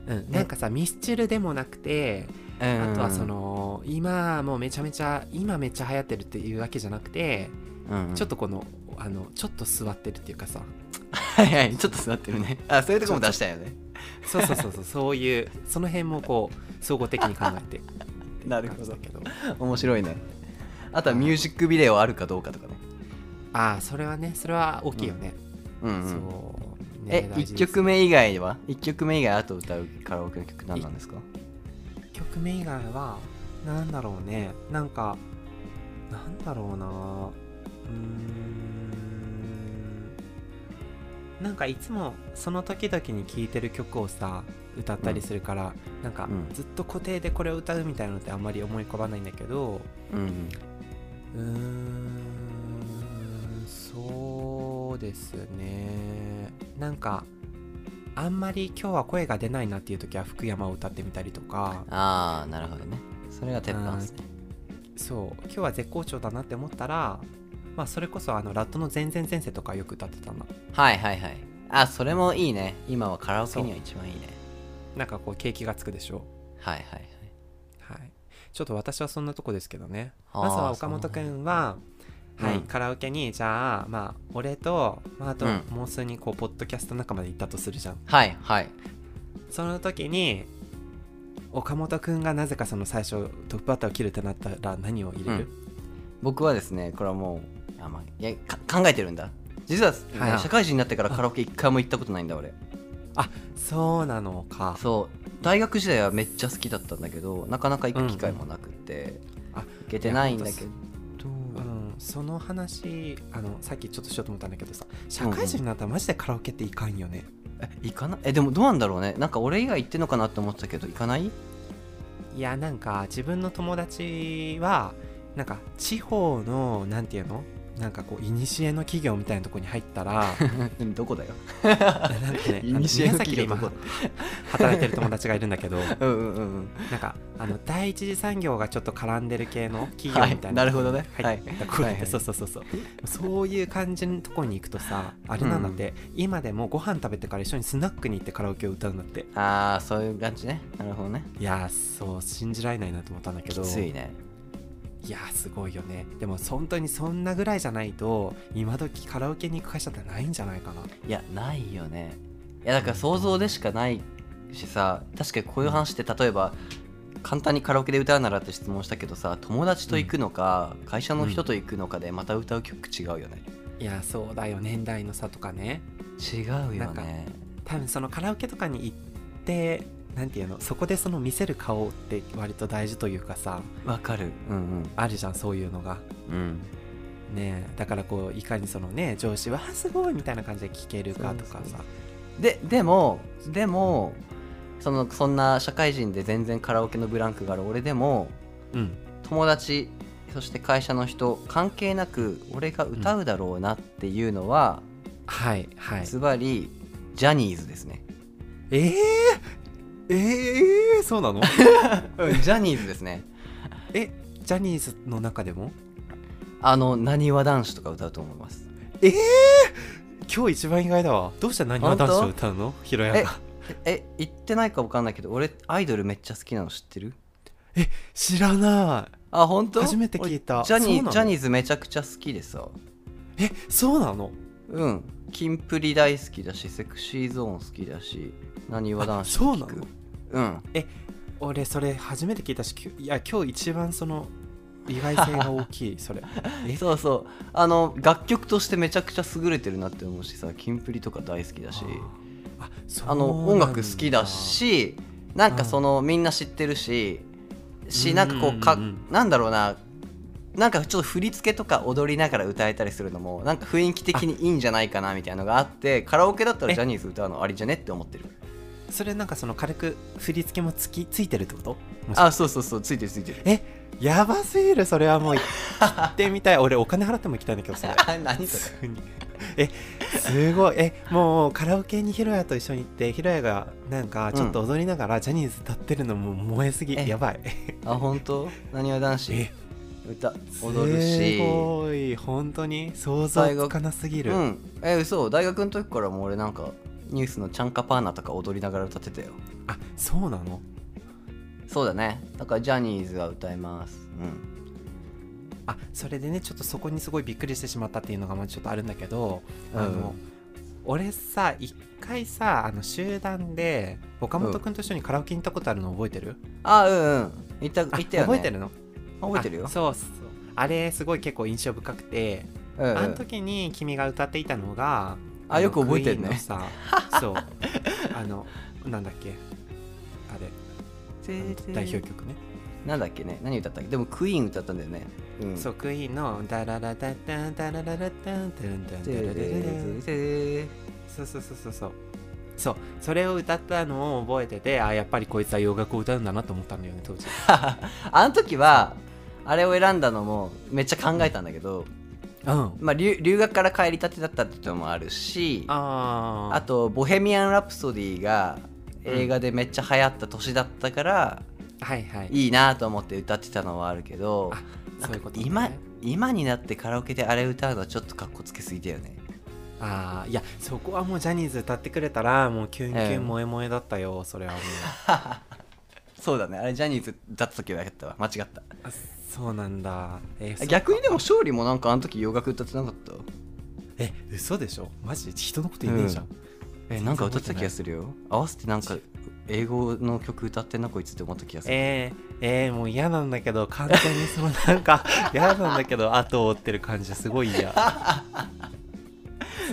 うん、なんかさミスチルでもなくてうんあとはそ、の今もうめちゃめちゃ今めっちゃ流行ってるっていうわけじゃなくて、うんうんちょっとこのあのちょっと座ってるっていうか さはいはいちょっと座ってる ねあそういうとこも出したいよねそうそうそうそうそういうその辺もこう総合的に考えて な感じだけど面白いねあとはミュージックビデオあるかどうかとかねああそれはねそれは大きいよね、うん、うん、そう、ねえ、一1曲目目以外は1曲目以外あと歌うカラオケの曲何なんですか曲目以外はなんだろうねなんかなんだろうなうーんなんかいつもその時々に聴いてる曲をさ歌ったりするから、なんかうんずっと固定でこれを歌うみたいなのってあんまり思い浮かばないんだけどうんうーんそうですねなんかあんまり今日は声が出ないなっていう時は福山を歌ってみたりとかああなるほどねそれが鉄板ですねそう今日は絶好調だなって思ったらまあそれこそあのラットの前前前世とかよく歌ってたなはいはいはいあそれもいいね今はカラオケには一番いいねなんかこう景気がつくでしょはいはいはいはいちょっと私はそんなとこですけどねあーまずは岡本くんはそうなんだはい、うんカラオケにじゃあまあ俺と、まあ、あとうんもう数人こうポッドキャスト仲間で行ったとするじゃんはいはいその時に岡本くんがなぜかその最初トップバッターを切るってなったら何を入れる、僕はですねこれはもうあ、まあ、いやか考えてるんだ実は、はい社会人になってからカラオケ一回も行ったことないんだ俺そうなのかそう大学時代はめっちゃ好きだったんだけどなかなか行く機会もなくて、うんあ行けてないんだけどうん、その話あのさっきちょっとしようと思ったんだけどさ社会人になったらマジでカラオケっていかんよね、え行かないえでもどうなんだろうねなんか俺以外行ってんのかなって思ってたけど行かないいやなんか自分の友達はなんか地方のなんていうのなんかこう古の企業みたいなとこに入った らでもどこだよなんかねあ の古の宮崎で企業今どこ働いてる友達がいるんだけどうんうん うんなんかあの第一次産業がちょっと絡んでる系の企業みたいな、はいなるほどねはいはいこうやはっいはていそうそうそうそうそういう感じのとこに行くとさあれなんだって、今でもご飯食べてから一緒にスナックに行ってカラオケを歌うんだってああそういう感じねなるほどねいやーそう信じられないなと思ったんだけきどついねいやーすごいよねでも本当にそんなぐらいじゃないと今時カラオケに行く会社ってないんじゃないかないやないよねいやだから想像でしかないしさ確かにこういう話って例えば簡単にカラオケで歌うならって質問したけどさ友達と行くのか、会社の人と行くのかでまた歌う曲違うよね、いやそうだよ年代の差とかね違うなよんかね多分そのカラオケとかに行ってなんていうのそこでその見せる顔って割と大事というかさわかるうんあるじゃんそういうのがうんうんねえだからこういかにそのね上司はあすごいみたいな感じで聞けるかとかそうさででもでもそのそんな社会人で全然カラオケのブランクがある俺でもうん友達そして会社の人関係なく俺が歌うだろうなっていうのははいはいズバリジャニーズですねえー、えー、そう なのジャニーズですねえジャニーズの中でもあのなにわ男子とか歌うと思いますええ今日一番意外だわどうして何を本当男子を歌うのひろやがえ言ってないか分かんないけど俺アイドルめっちゃ好きなの知ってる知らなあ本当初めて聞いた俺ジャそうニなーのジャニーズめちゃくちゃ好きでさいえそうなのうんキンプリ大好きだしセクシーゾーン好きだしなにわ男子あも聞そうくなのうん俺それ初めて聞いたしきゅいや今日一番その意外性が大きいそ れえそうそうあの楽曲としてめちゃくちゃ優れてるなって思うしさキンプリとか大好きだしあそうあの音楽好きだしなんかそのみんな知ってるしうしんなんかこうかうんうんなんだろうななんかちょっと振り付けとか踊りながら歌えたりするのもなんか雰囲気的にいいんじゃないかなみたいなのがあってカラオケだったらえジャニーズ歌うのありじゃねって思ってるそれなんかその軽く振り付けもつきついてるってことあそうそうそうついてるついてるやばすぎるそれはもう行ってみたい俺お金払っても行きたいんだけどそれ あ 何そ普通れに えすごいえもうカラオケにヒロヤと一緒に行ってヒロヤがなんかちょっと踊りながらジャニーズ歌ってるのも燃えすぎ、えやばいあ本当なにわ男子え歌踊るすしごい本当に想像つかなすぎる、うんえ嘘大学の時からもう俺なんかニュースの「チャンカパーナ」とか踊りながら歌ってたよあそうなのそうだねだからジャニーズは歌いますうんあそれでねちょっとそこにすごいびっくりしてしまったっていうのがまあちょっとあるんだけど、あうんの俺さ一回さあの集団で岡本君と一緒にカラオケに行ったことあるの覚えてる、あうんうんいたいあたよね覚えてるの覚えてるよあそうそうあれすごい結構印象深くて、うんうんあの時に君が歌っていたのがあのよく覚えてるねクイーンの さそうあのなんだっけあれあの代表曲ね、なんだっけね何歌ったっけでもクイーン歌ったんだよねうんそうクイーンの「ダララダダンダラララダンダランダンダてラれラれラれダンれそうそうそうそうそうそうそれを歌ったのを覚えててあやっぱりこいつは洋楽を歌うんだなと思ったんだよね当時あの時はあれを選んだのもめっちゃ考えたんだけど、うんまあ、留留学から帰りたてだったってのもあるしあーあと「ボヘミアン・ラプソディ」が映画でめっちゃ流行った年だったから、はいはいいいなと思って歌ってたのはあるけどあなそんういかうことね今今になってカラオケであれ歌うのはちょっとかっこつけすぎだよねあーいやそこはもうジャニーズ歌ってくれたらもうキュンキええュン萌え萌えだったよ、それはもうそうだねあれジャニーズだった時はやったわ間違ったあそうなんだえーそう逆にでも勝利もなんかあの時洋楽歌ってなかったえ嘘でしょマジ人のこと言えねえじゃん、え全然なんか歌ってた気がするよ合わせてなんか英語の曲歌ってんなこいつって思った気がするえー、えー、もう嫌なんだけど完全にそのなん か嫌なんだけど後を追ってる感じすごい嫌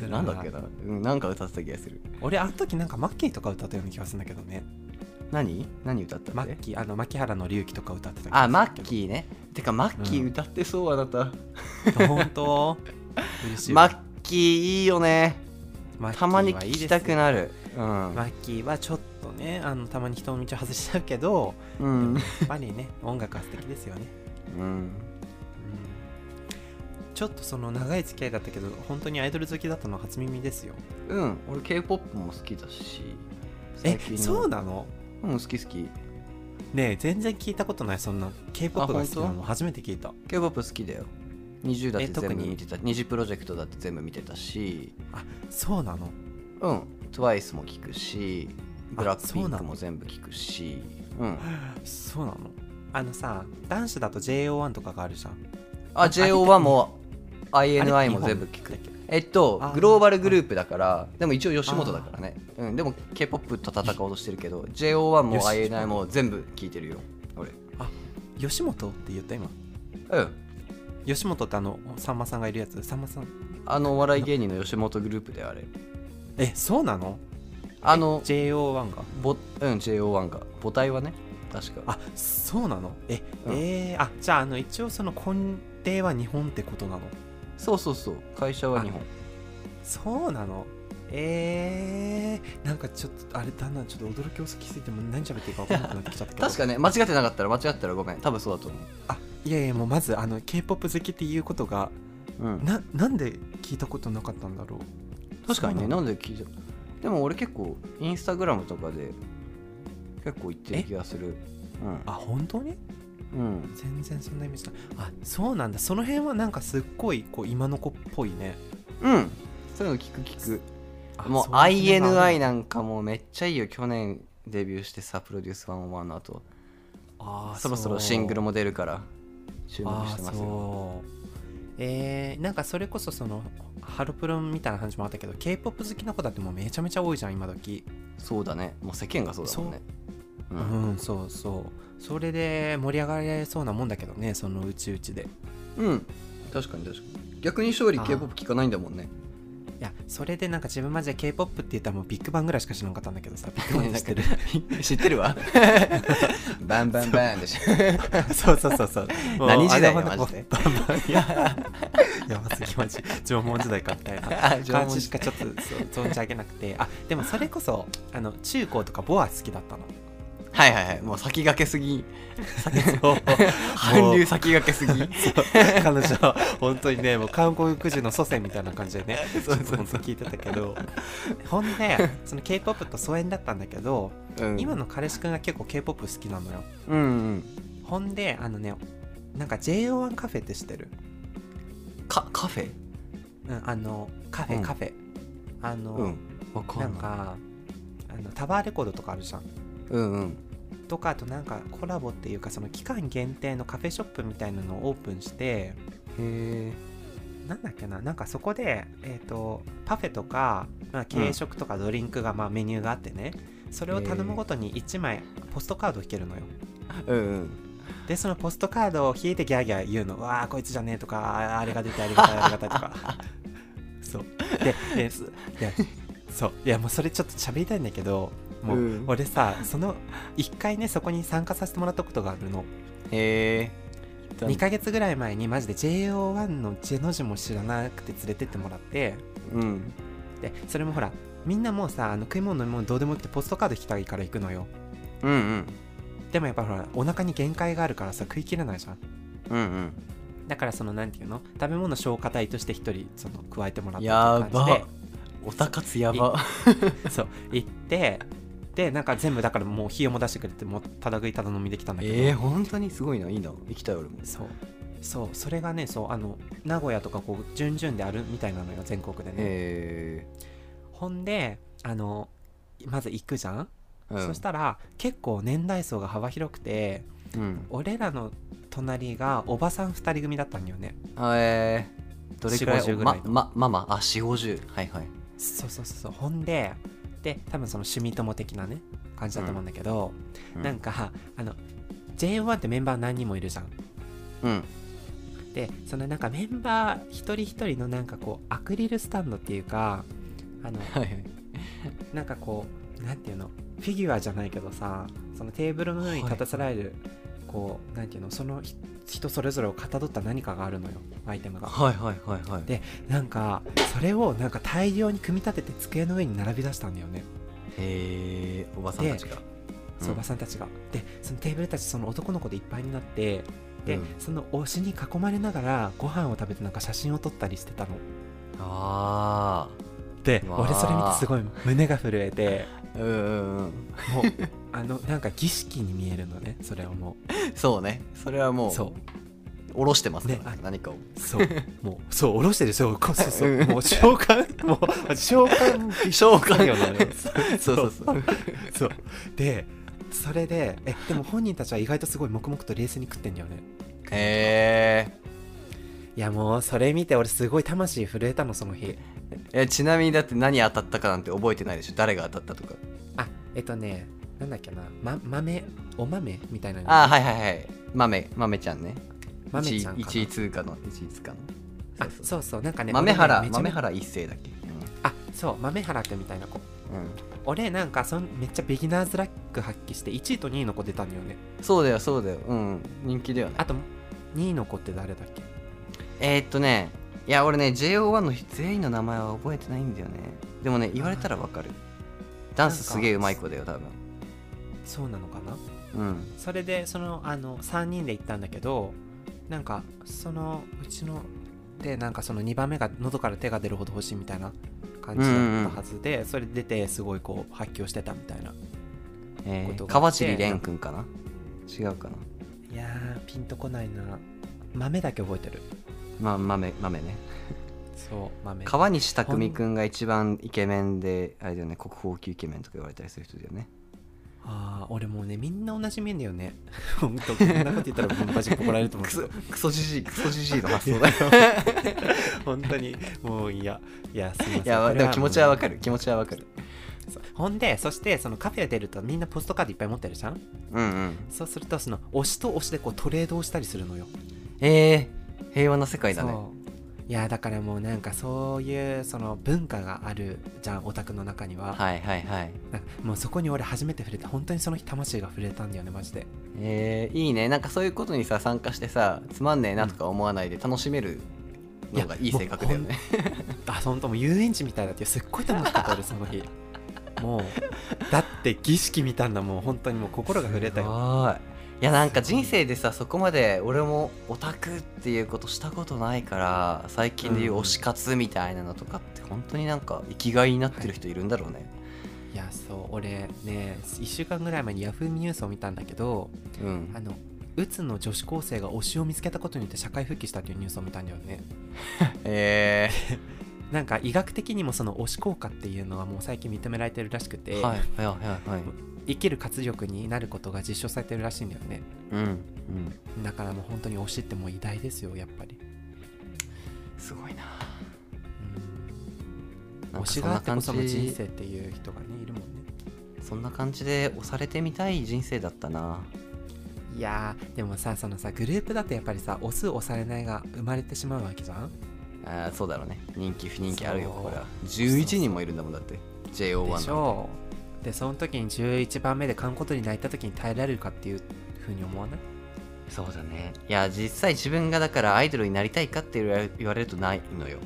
なんだっけな、うん、なんか歌ってた気がする俺あの時なんかマッキーとか歌ったような気がするんだけどね何何歌ったっマてッキーあの牧原の隆起とか歌ってた気がするあマッキーねてかマッキー歌ってそうあなた、ー本当嬉しいマわッキーいいよねマッキーたまにはい聞いきでたすくなるうん、マッキーはちょっとねあのたまに人の道を外しちゃうけど、うでんもやっぱりね音楽は素敵ですよね、うん、うん、ちょっとその長い付き合いだったけど本当にアイドル好きだったのは初耳ですようん、俺 K-POP も好きだしえそうだなのうん好き好きねえ全然聞いたことないそんな k p o あ p が好きな本の初めて聞いた K-POP 好きだよ20だってえ特全部に見てた20プロジェクトだって全部見てたしそうなのうん TWICE も聞くしあブラックピそうンなクのも全部聞くしうんそうなのあのさ男子だと JO1 とかがあるじゃんああ JO1 もあ INI れも全部聞く日本だっけえっとあーグローバルグループだからでも一応吉本だからねうんでも K-POP と戦おうとしてるけど JO1 も吉本 INI も全部聞いてるよ俺吉本って言った今うん吉本ってあのさんまさんがいるやつさんまさんあのお笑い芸人の吉本グループであれえそうなのあの JO1 がぼうん JO1 が母体はね確かあそうなのえ、うんえーあじゃああの一応その根底は日本ってことなのそうそうそう会社は日本そうなのえー、なんかちょっとあれだなちょっと驚きを先すぎてもう何喋っていいか分かんなくなってきちゃったけ ど確かね間違ってなかったら間違ってたらごめん多分そうだと思あいやいやもうまずあの k p o p 好きっていうことがう、うん、ななんで聞いたことなかったんだろう確かにねそうななんで聞いちゃうでも俺結構インスタグラムとかで結構行ってる気がするあ本当にうん、うん、全然そんなイメージないあそうなんだその辺はなんかすっごいこう今の子っぽいねうんそういうの聞く聞くあもうそい一面がある INI なんかもうめっちゃいいよ去年デビューしてさプロデュース101の後あーそろそろシングルも出るから注目してまあすーよそうえー、なんかそれこそそのハロプロみたいな話もあったけど k p o p 好きな子だってもうめちゃめちゃ多いじゃん今時そうだねもう世間がそうだもんねう、うんん、そうそうそれで盛り上がれそうなもんだけどねそのうちうちでいうん、確かに確かに逆に勝利あー k p o p 聞かないんだもんねやそれでなんか自分マジで k p o p って言ったらもうビッグバンぐらいしか知らなかったんだけ どさビッグバン知ってる 知ってるわバンバンバンでし ょそうそうそうそうもう何時代あれよはなんかマジでバンバンいや やばすぎマジ 縄文時代かみたいなあ縄文感じしかちょっとそう存じ上げなくてあでもそれこそあの中高とかボア好きだったのはいはいはいもう先駆けすぎそう韓流先駆けすぎ 彼女は本当にねもう韓国人の祖先みたいな感じでねそうそちょうそうっと本当聞いてたけどほんでその k p o p と疎遠だったんだけど、うん今の彼氏くんが結構 k p o p 好きなのようんうんほんであのねなんか JO1 カフェって知ってる、かカフェうん、あのカフェうんカフェ、あの、わかんなないんかあのタワーレコードとかあるじゃんうんうんとかあとなんかコラボっていうかその期間限定のカフェショップみたいなのをオープンしてへえなんだっけななんかそこで、えー、とパフェとか、まあ、軽食とかドリンクが、まあ、メニューがあってねそれを頼むごとに1枚ポストカードを引けるのようんうんでそのポストカードを引いてギャーギャー言うの「わあこいつじゃねえ」とかあー「あれが出てありがたいありがたい」とかそうででそいやそういやもうそれちょっと喋りたいんだけどもう、うん俺さその1回ねそこに参加させてもらったことがあるのへえ2ヶ月ぐらい前にマジで JO1 のジェの字も知らなくて連れてってもらってうんでそれもほらみんなもうさあの食い物飲み物どうでもよくてポストカード引きたいから行くのようんうんでもやっぱほらお腹に限界があるからさ食い切れないじゃんうんだからそのなんていうの食べ物消化体として一人その加えてもらうっんたっやていうば感おたかつやばじでそう行ってでなんか全部だからもう費用も出してくれてもうただ食いただ飲みできたんだけど、ええ本当にすごいないいな行きたい俺もそうそうそれがねそうあの名古屋とかこう順々であるみたいなのよ全国でね、へほんであのまず行くじゃん、えうんそしたら結構年代層が幅広くてうん俺らの隣がおばさん2人組だったんだよねあえーどれくら40いぐらいまのまママあ四五十はいはいそうそうそうそうほんでで多分その趣味友的なね感じだと思うんだけど、うんなんかあの J1 ってメンバー何人もいるじゃんうんでそのなんかメンバー一人一人のなんかこうアクリルスタンドっていうかあのはいはいなんかこうなんていうのフィギュアじゃないけどさそのテーブルの上に立たせられる、こうなんていうのそのひ人それぞれをかたどった何かがあるのよアイテムがはいはいはいはいでなんかそれをなんか大量に組み立てて机の上に並び出したんだよねへえおばさんたちがそうおばささんたちが、でそのテーブルたちその男の子でいっぱいになってで、うんその推しに囲まれながらご飯を食べてなんか写真を撮ったりしてたのんあでうわー俺それ見てすごい胸が震え てあうんうん うんもうあのなんか儀式に見えるのねそれはもそうねそれはもううそ下ろしてますからねあ何かをうそうもうそう下ろしてるそうこそうそううんもう召喚 もう召喚召作業喚なのよ そうそうそうそうでそれでえでも本人たちは意外とすごい黙々と冷静に食ってんだよねへいやもうそれ見て俺すごい魂震えたのその日ーえちなみにだって何当たったかなんて覚えてないでしょ誰が当たったとかあえっとねなんだっけな、ま、豆お豆みたいなのあーはいはいはい豆豆ちゃんね豆ちゃんかな1位通過の1位通過のあそうそうなんかね豆俺原ねめちゃめ豆原一世だっけあそう豆原くんみたいな子うん、うん俺なんかそんめっちゃベギナーズラック発揮して1位と2位の子出たんだよねそうだよそうだようん人気だよねあと2位の子って誰だっけえー、っとねいや俺ね JO1 の全員の名前は覚えてないんだよねでもね言われたらわかるダンスすげえうまい子だよ多分そうなのかなうんそれでそのあの3人で行ったんだけどなんかそのうちのでなんかその2番目が喉から手が出るほど欲しいみたいな感じだったはずで、それで出てすごいこう発狂してたみたいなえことー、があ川って尻蓮くんかな違うかないやーピンとこないな豆だけ覚えてるまあ豆豆ねそう豆川西匠くんが一番イケメンであれだよね国宝級イケメンとか言われたりする人だよねああ俺もうねみんな同じ面だよね 本当こんなこと言ったらバジッコ怒られると思うけクソどクソじじいクソじじいの発想だよ本当にもういやいやすいません いやでも気持ちはわかる気持ちはわかるほんでそしてそのカフェを出るとみんなポストカードいっぱい持ってるじゃんうんうんそうするとその推しと推しでこうトレードをしたりするのよえー、平和な世界だねそういやだからもうなんかそういうその文化があるじゃんオタクの中には、はいはいはいなんかもうそこに俺初めて触れて本当にその日魂が触れたんだよねマジでえー、いいねなんかそういうことにさ参加してさつまんねえなとか思わないで楽しめるのがいい性格だよねあ本当もう遊園地みたいだってすっごい楽しかった俺その日もうだって儀式見たんだもう本当にもう心が触れたすよごいいやなんか人生でさそこまで俺もオタクっていうことしたことないから最近でいう推し活みたいなのとかって本当になんか生きがいになってる人いるんだろうね、いやそう俺ね1週間ぐらい前にヤフーニュースを見たんだけどうんあのうつの女子高生が推しを見つけたことによって社会復帰したっていうニュースを見たんだよ ね えなんか医学的にもその推し効果っていうのはもう最近認められてるらしくて、ー、はいはいはいはい生きる活力になることが実証されてるらしいんだよねうんうんだからもう本当に推しってもう偉大ですよやっぱりすごいなうんなん推かしそがんあなってこ感その人じ生っていう人がねいるもんねそんな感じで押されてみたい人生だったないやーでもさそのさグループだとやっぱりさ押す押されないが生まれてしまうわけじゃんあーそうだろうね人気不人気あるよそうこれは11人もいるんだもんだって JO1 のでしょうでその時に11番目で買うことに泣いた時に耐えられるかっていうふうに思わないそうだねいや実際自分がだからアイドルになりたいかって言われ言われるとないのよ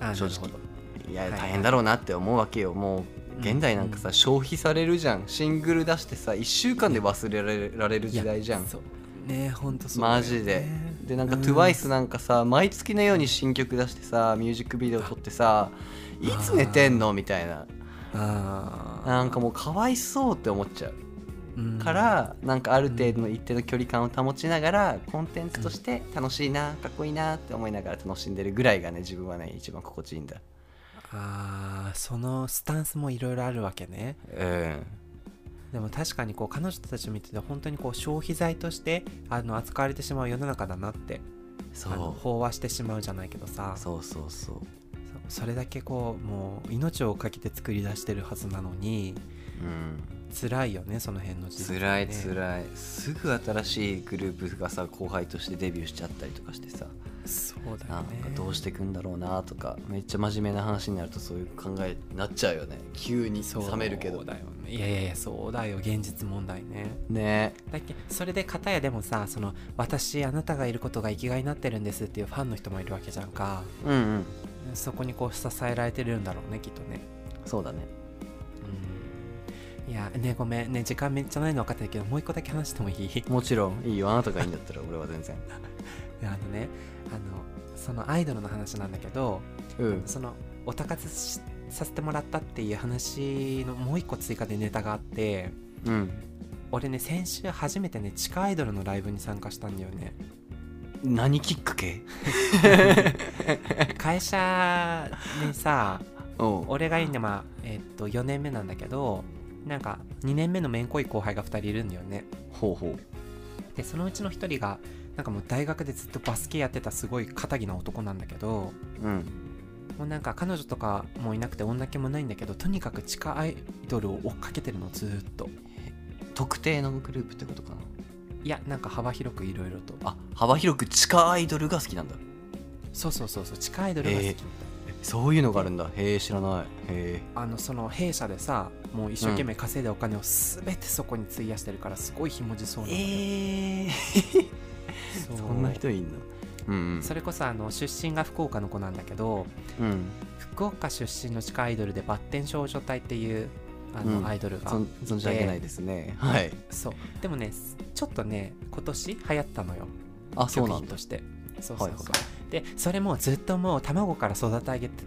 あー正な直るほどいやはい大変だろうなって思うわけよもう現代なんかさ、消費されるじゃんシングル出してさ1週間で忘れられられる時代じゃいんやそうねえほんとそうだよね、マジででなんかうん TWICE なんかさ毎月のように新曲出してさミュージックビデオ撮ってさいつ寝てんのみたいなあーなんかもうかわいそうって思っちゃううんからなんかある程度の一定の距離感を保ちながらコンテンツとして楽しいなかっこいいなって思いながら楽しんでるぐらいがね自分はね一番心地いいんだあーそのスタンスもいろいろあるわけねうんでも確かにこう彼女たちを見てて本当にこう消費財としてあの扱われてしまう世の中だなってそあのう飽和してしまうじゃないけどさそそうそうそうそれだけこうもう命をかけて作り出してるはずなのにうん辛いよねその辺の事辛い辛いすぐ新しいグループがさ後輩としてデビューしちゃったりとかしてさそうだなよんかねどうしてくんだろうなとかめっちゃ真面目な話になるとそういう考えになっちゃうよね急にそう冷めるけどだよねいやいやいやそうだよ現実問題ねねだっけそれで片やでもさその私あなたがいることが生きがいになってるんですっていうファンの人もいるわけじゃんかうんうんそこにこう支えられてるんだろうねきっとねそうだねうんいやねごめんね時間めっちゃないの分かってるけどもう一個だけ話してもいい もちろんいいよあなたがいいんだったら俺は全然あのねあのそのアイドルの話なんだけどうんそのお高つしさせてもらったっていう話のもう一個追加でネタがあってうん俺ね先週初めてね地下アイドルのライブに参加したんだよね何きっかけ会社にさおう俺がいいんでまあえっと4年目なんだけどなんか2年目のめんこい後輩が2人いるんだよねほうほでそのうちの1人がなんかもう大学でずっとバスケやってたすごい肩着な男なんだけどううんもうなんか彼女とかもいなくて女気もないんだけどとにかく地下アイドルを追っかけてるのずーっと特定のグループってことかないやなんか幅広くいろいろとあ幅広く地下アイドルが好きなんだそうそうそうそう地下アイドルが好きみたいそういうのがあるんだへえ知らないへえあのその弊社でさもう一生懸命稼いだお金を全てそこに費やしてるからすごいひもじそうなのよ、えー、そう そんな人いんのうんうんそれこそあの出身が福岡の子なんだけどうん福岡出身の地下アイドルでバッテン少女隊っていうあの、うんアイドルが存存じ上げないですねはいそうでもねちょっとね今年流行ったのよあそう商なん品だとしてそうそうそう、はいでそれもずっともう卵から育て上げて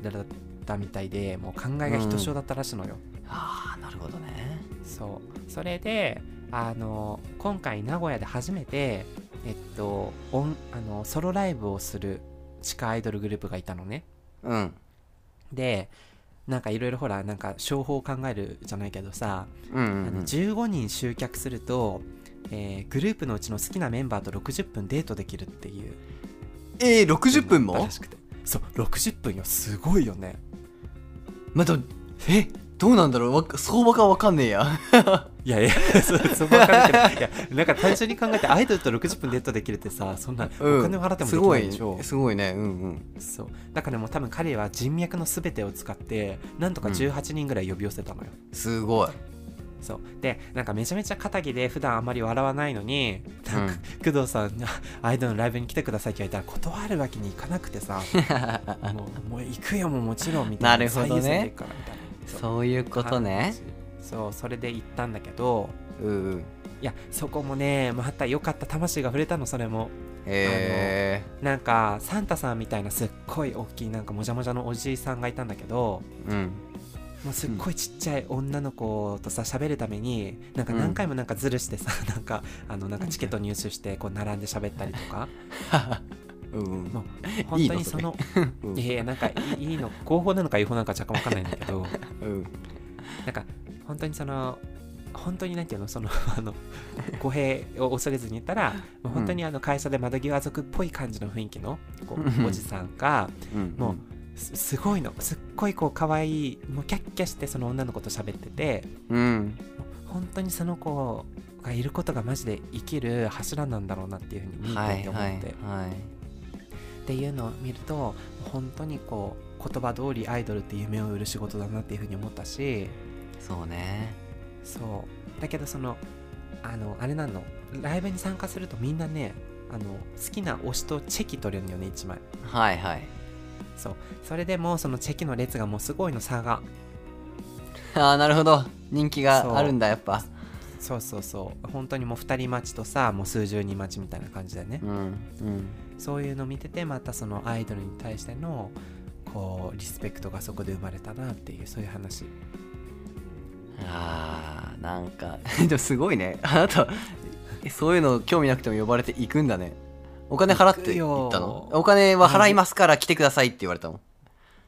たみたいでもう考えがひとしおだったらしいのよ、ああなるほどねそうそれであの今回名古屋で初めてえっとオンあのソロライブをする地下アイドルグループがいたのねうんでなんかいろいろほらなんか商法を考えるじゃないけどさ、うんうんあうのん15人集客すると、えーグループのうちの好きなメンバーと60分デートできるっていうえー、60分だもらしくてそう60分よすごいよねまあでもえどうなんだろうわか相場がわかんねえや いやいや そそこわかるけどいやなんか単純に考えてアイドルと60分デートできるってさそんなおうん金を払ってもできないでしょ、すごいすごいねうんうんそうだからもう多分彼は人脈の全てを使ってなんとかうん18人ぐらい呼び寄せたのよ、すごいそうでなんかめちゃめちゃ肩着で普段あんまり笑わないのになんか、工藤さんにあアイドルのライブに来てくださいって言われたら断るわけにいかなくて さもうもう行くよもうもちろんみたいななるほどね最優先で行くからみたいなそう そういうことねそうそれで行ったんだけどうんうんいやそこもねまた良かった魂が触れたのそれもへえなんかサンタさんみたいなすっごい大きいなんかもじゃもじゃのおじいさんがいたんだけどうんもうすっごいちっちゃい女の子とさ喋るためになんか何回もなんかズルしてさ、なんかあのなんかチケット入手してこう並んで喋ったりと かうんうんもうい本い当のにそそれのうんいやい やなんかいいいの合法なのか違法なのか若干わかんないんだけ どうんなんか本当にその本当になんていうのそ のあ の語弊を恐れずに言ったら、もう本当にあの会社で窓際族っぽい感じの雰囲気のこうんうおじさんがうんもうすすごいのすっごいこう可愛いもうキャッキャしてその女の子と喋ってて。うん本当にその子がいることがマジで生きる柱なんだろうなっていうふうに見てはいいては思って、いはいっていうのを見ると本当にこう言葉通りアイドルって夢を売る仕事だなっていうふうに思ったしそうねそうだけどそのあのあれなのライブに参加するとみんなねあの好きな推しとチェキ取れるのよね1枚はいはい そうそれでもそのチェキの列がもうすごいの差がああなるほど人気があるんだやっぱそうそうそう本当にもう2人待ちとさもう数十人待ちみたいな感じだよねうんうんそういうの見ててまたそのアイドルに対してのこうリスペクトがそこで生まれたなっていうそういう話あーなんか でもすごいねあなたそういうの興味なくても呼ばれて行くんだねお金払って行っ行たのくよお金は払いますから来てくださいって言われたの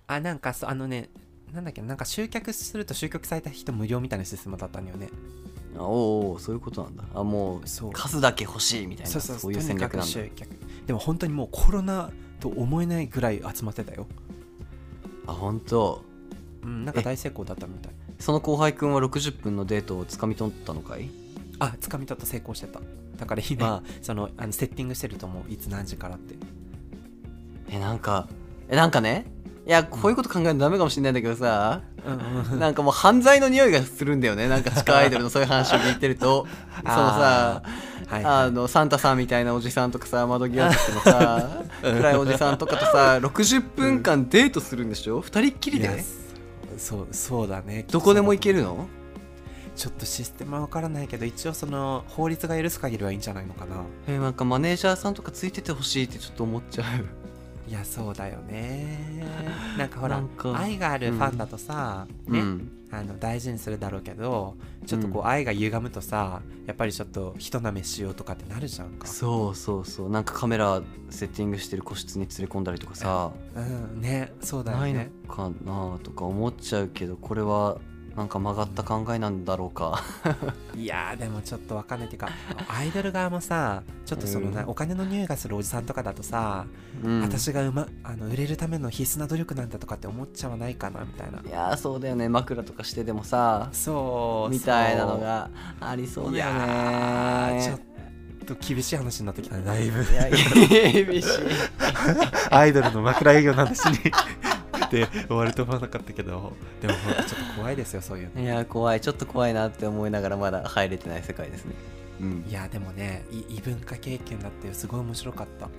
あなんかそうあのねなんだっけなんか集客すると集客された人無料みたいなシステムだったんだよねあおうおうそういうことなんだあもうそう数だけ欲しいみたいなそそううそういう戦略とにかなくんだ集客でも本当にもうコロナと思えないぐらい集まってたよあ本当。うんなんか大成功だったみたいその後輩くんは60分のデートをつかみ取ったのかいあ掴み取った成功してただから今そのあのセッティングしてると思ういつ何時からってえなんかえなんかねいやこういうこと考えるのダメかもしれないんだけどさうんうんなんかもう犯罪の匂いがするんだよねなんか地下アイドルのそういう話を聞いてる とそのさ はいあのサンタさんみたいなおじさんと かさ窓際とかのさ暗いおじさんとかとさ60分間デートするんでしょ、二2人っきりいやでそうそうだねどこでも行けるるのちょっとシステムは分からないけど一応その法律が許す限りはいいんじゃないのかなえなんかマネージャーさんとかついててほしいってちょっと思っちゃういやそうだよね なんかほらなんか愛があるファンだとさ、うね、んあの大事にするだろうけどちょっとこう愛が歪むとさやっぱりちょっとひとなめしようとかってなるじゃんかそうそうそうなんかカメラセッティングしてる個室に連れ込んだりとかさうんねそうだよないのねかなとか思っちゃうけどこれはなんか曲がった考えなんだろうかいやーでもちょっとわかんないっていうかアイドル側もさちょっとそのな、うんお金の匂いがするおじさんとかだとさ、うん私がう、ま、あの売れるための必須な努力なんだとかって思っちゃわないかなみたいないやーそうだよね枕とかしてでもさそうみたいなのがありそうだよいやーねちょっと厳しい話になってきたねだいぶいや厳しいアイドルの枕営業の話にで終わると思わなかったけどでもほんとちょっと怖いですよそういうのいやー怖いちょっと怖いなって思いながらまだ入れてない世界ですねうんいやでもねい異文化経験だってすごい面白かった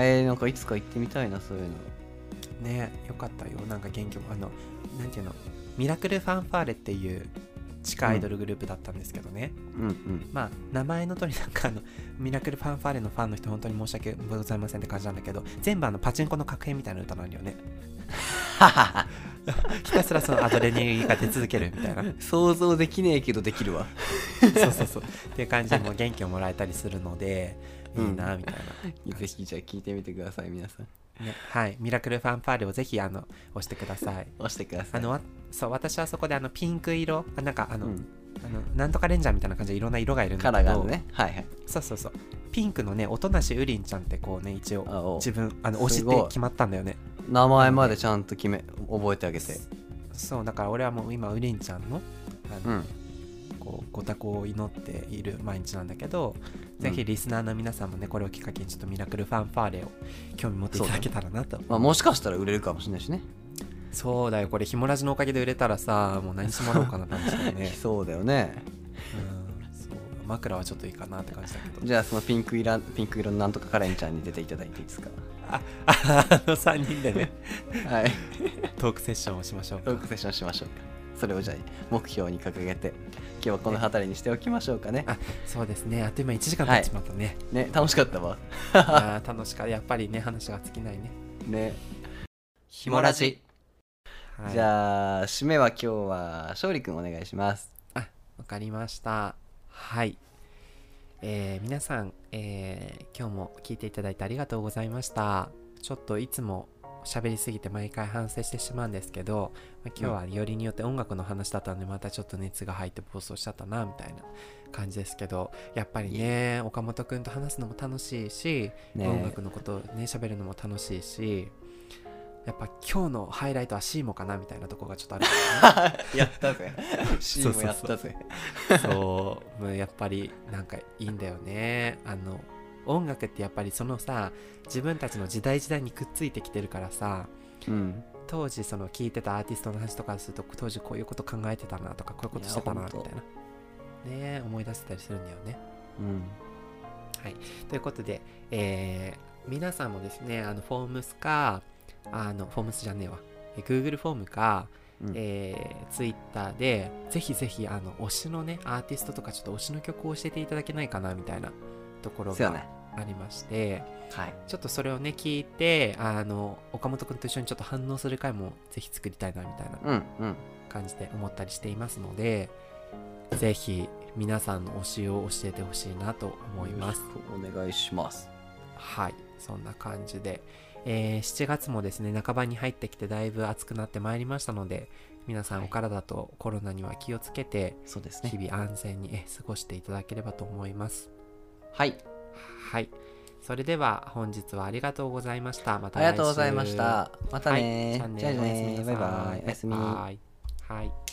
えー、なんかいつか行ってみたいなそういうのねよかったよなんか元気もあのなんていうのミラクルファンファーレっていう地下アイドルグループだったんですけどね、うんうんまあ名前の通りなんかあのミラクルファンファーレのファンの人本当に申し訳ございませんって感じなんだけど全部あのパチンコの確変みたいな歌なんだよねひたすらそのアドレナリンが出続けるみたいな想像できねえけどできるわそうそうそうっていう感じでもう元気をもらえたりするのでいいなみたいな、ぜひじゃあ聞いてみてください皆さんね、はいミラクルファンファーレをぜひあの押してください押してくださあいのわそう私はそこであのピンク色あなんかあの,、うんあのなんとかレンジャーみたいな感じでいろんな色がいるんカだラけーがあどるねはいはいそうそうそうピンクのね音無しうりんちゃんってこうね一応あおう自分あの推しすっごいて決まったんだよね名前までちゃんと決め覚えてあげてそうだから俺はもう今うりんちゃんのあうの、んこうご多幸を祈っている毎日なんだけど、うんぜひリスナーの皆さんもねこれをきっかけにちょっとミラクルファンファーレを興味持っていただけたらなとそう,、まあもしかしたら売れるかもしれないしねだよこれひもラジのおかげで売れたらさもう何しもらおうかなって感じだよ ね、そうだよねうん、そう枕はちょっといいかなって感じだけどじゃあそのピンク色ピンク色のなんとかカレンちゃんに出ていただいていいですかああの3人で ねはいトークセッションをしましょうトークセッションしましょうかそれをじゃあ目標に掲げて今日はこの辺りにしておきましょうかねあそうですねあっという間に1時間経っちまったね、ね楽しかったわあー 楽しかったやっぱりね話が尽きないね、ねひもラジはい、じゃあ締めは今日は勝利くんお願いしますわかりましたはいえー皆さん、えー今日も聞いていただいてありがとうございましたちょっといつも喋りすぎて毎回反省してしまうんですけど、まあ今日はよりによって音楽の話だったのでまたちょっと熱が入って暴走しちゃったなみたいな感じですけどやっぱりね岡本くんと話すのも楽しいし、ね音楽のことをね喋るのも楽しいしやっぱ今日のハイライトはシーモかなみたいなとこがちょっとあるんですねやった ぜシーンもやっそたうぜそうもうやっぱりなんかいいんだよねあの音楽ってやっぱりそのさ自分たちの時代時代にくっついてきてるからさうん当時その聴いてたアーティストの話とかすると当時こういうこと考えてたなとかこういうことしてたないみやたいほんなとねえ思い出せたりするんだよねうんということで、えー皆さんもですねあのフォームスかあのフォームスじゃねえわえ Google フォームかうんえー、ツイッターでぜひぜひあの推しのねアーティストとかちょっと推しの曲を教えていただけないかなみたいなところそうやがねありまして、はいちょっとそれをね聞いてあの岡本くんと一緒にちょっと反応する回もぜひ作りたいなみたいなうんうん感じで思ったりしていますのでぜひ皆さんの推しを教えてほしいなと思います。お願いしますはい、そんな感じで、えー7月もですね、半ばに入ってきてだいぶ暑くなってまいりましたので、皆さんはいお体とコロナには気をつけて、そうです日ね々安全にえー過ごしていただければと思います。はいはい、それでは本日はありがとうございました。まあた来り週がとうございまし。たまたはいねじゃあじゃあね、ねバイバイおやすみバイバイはい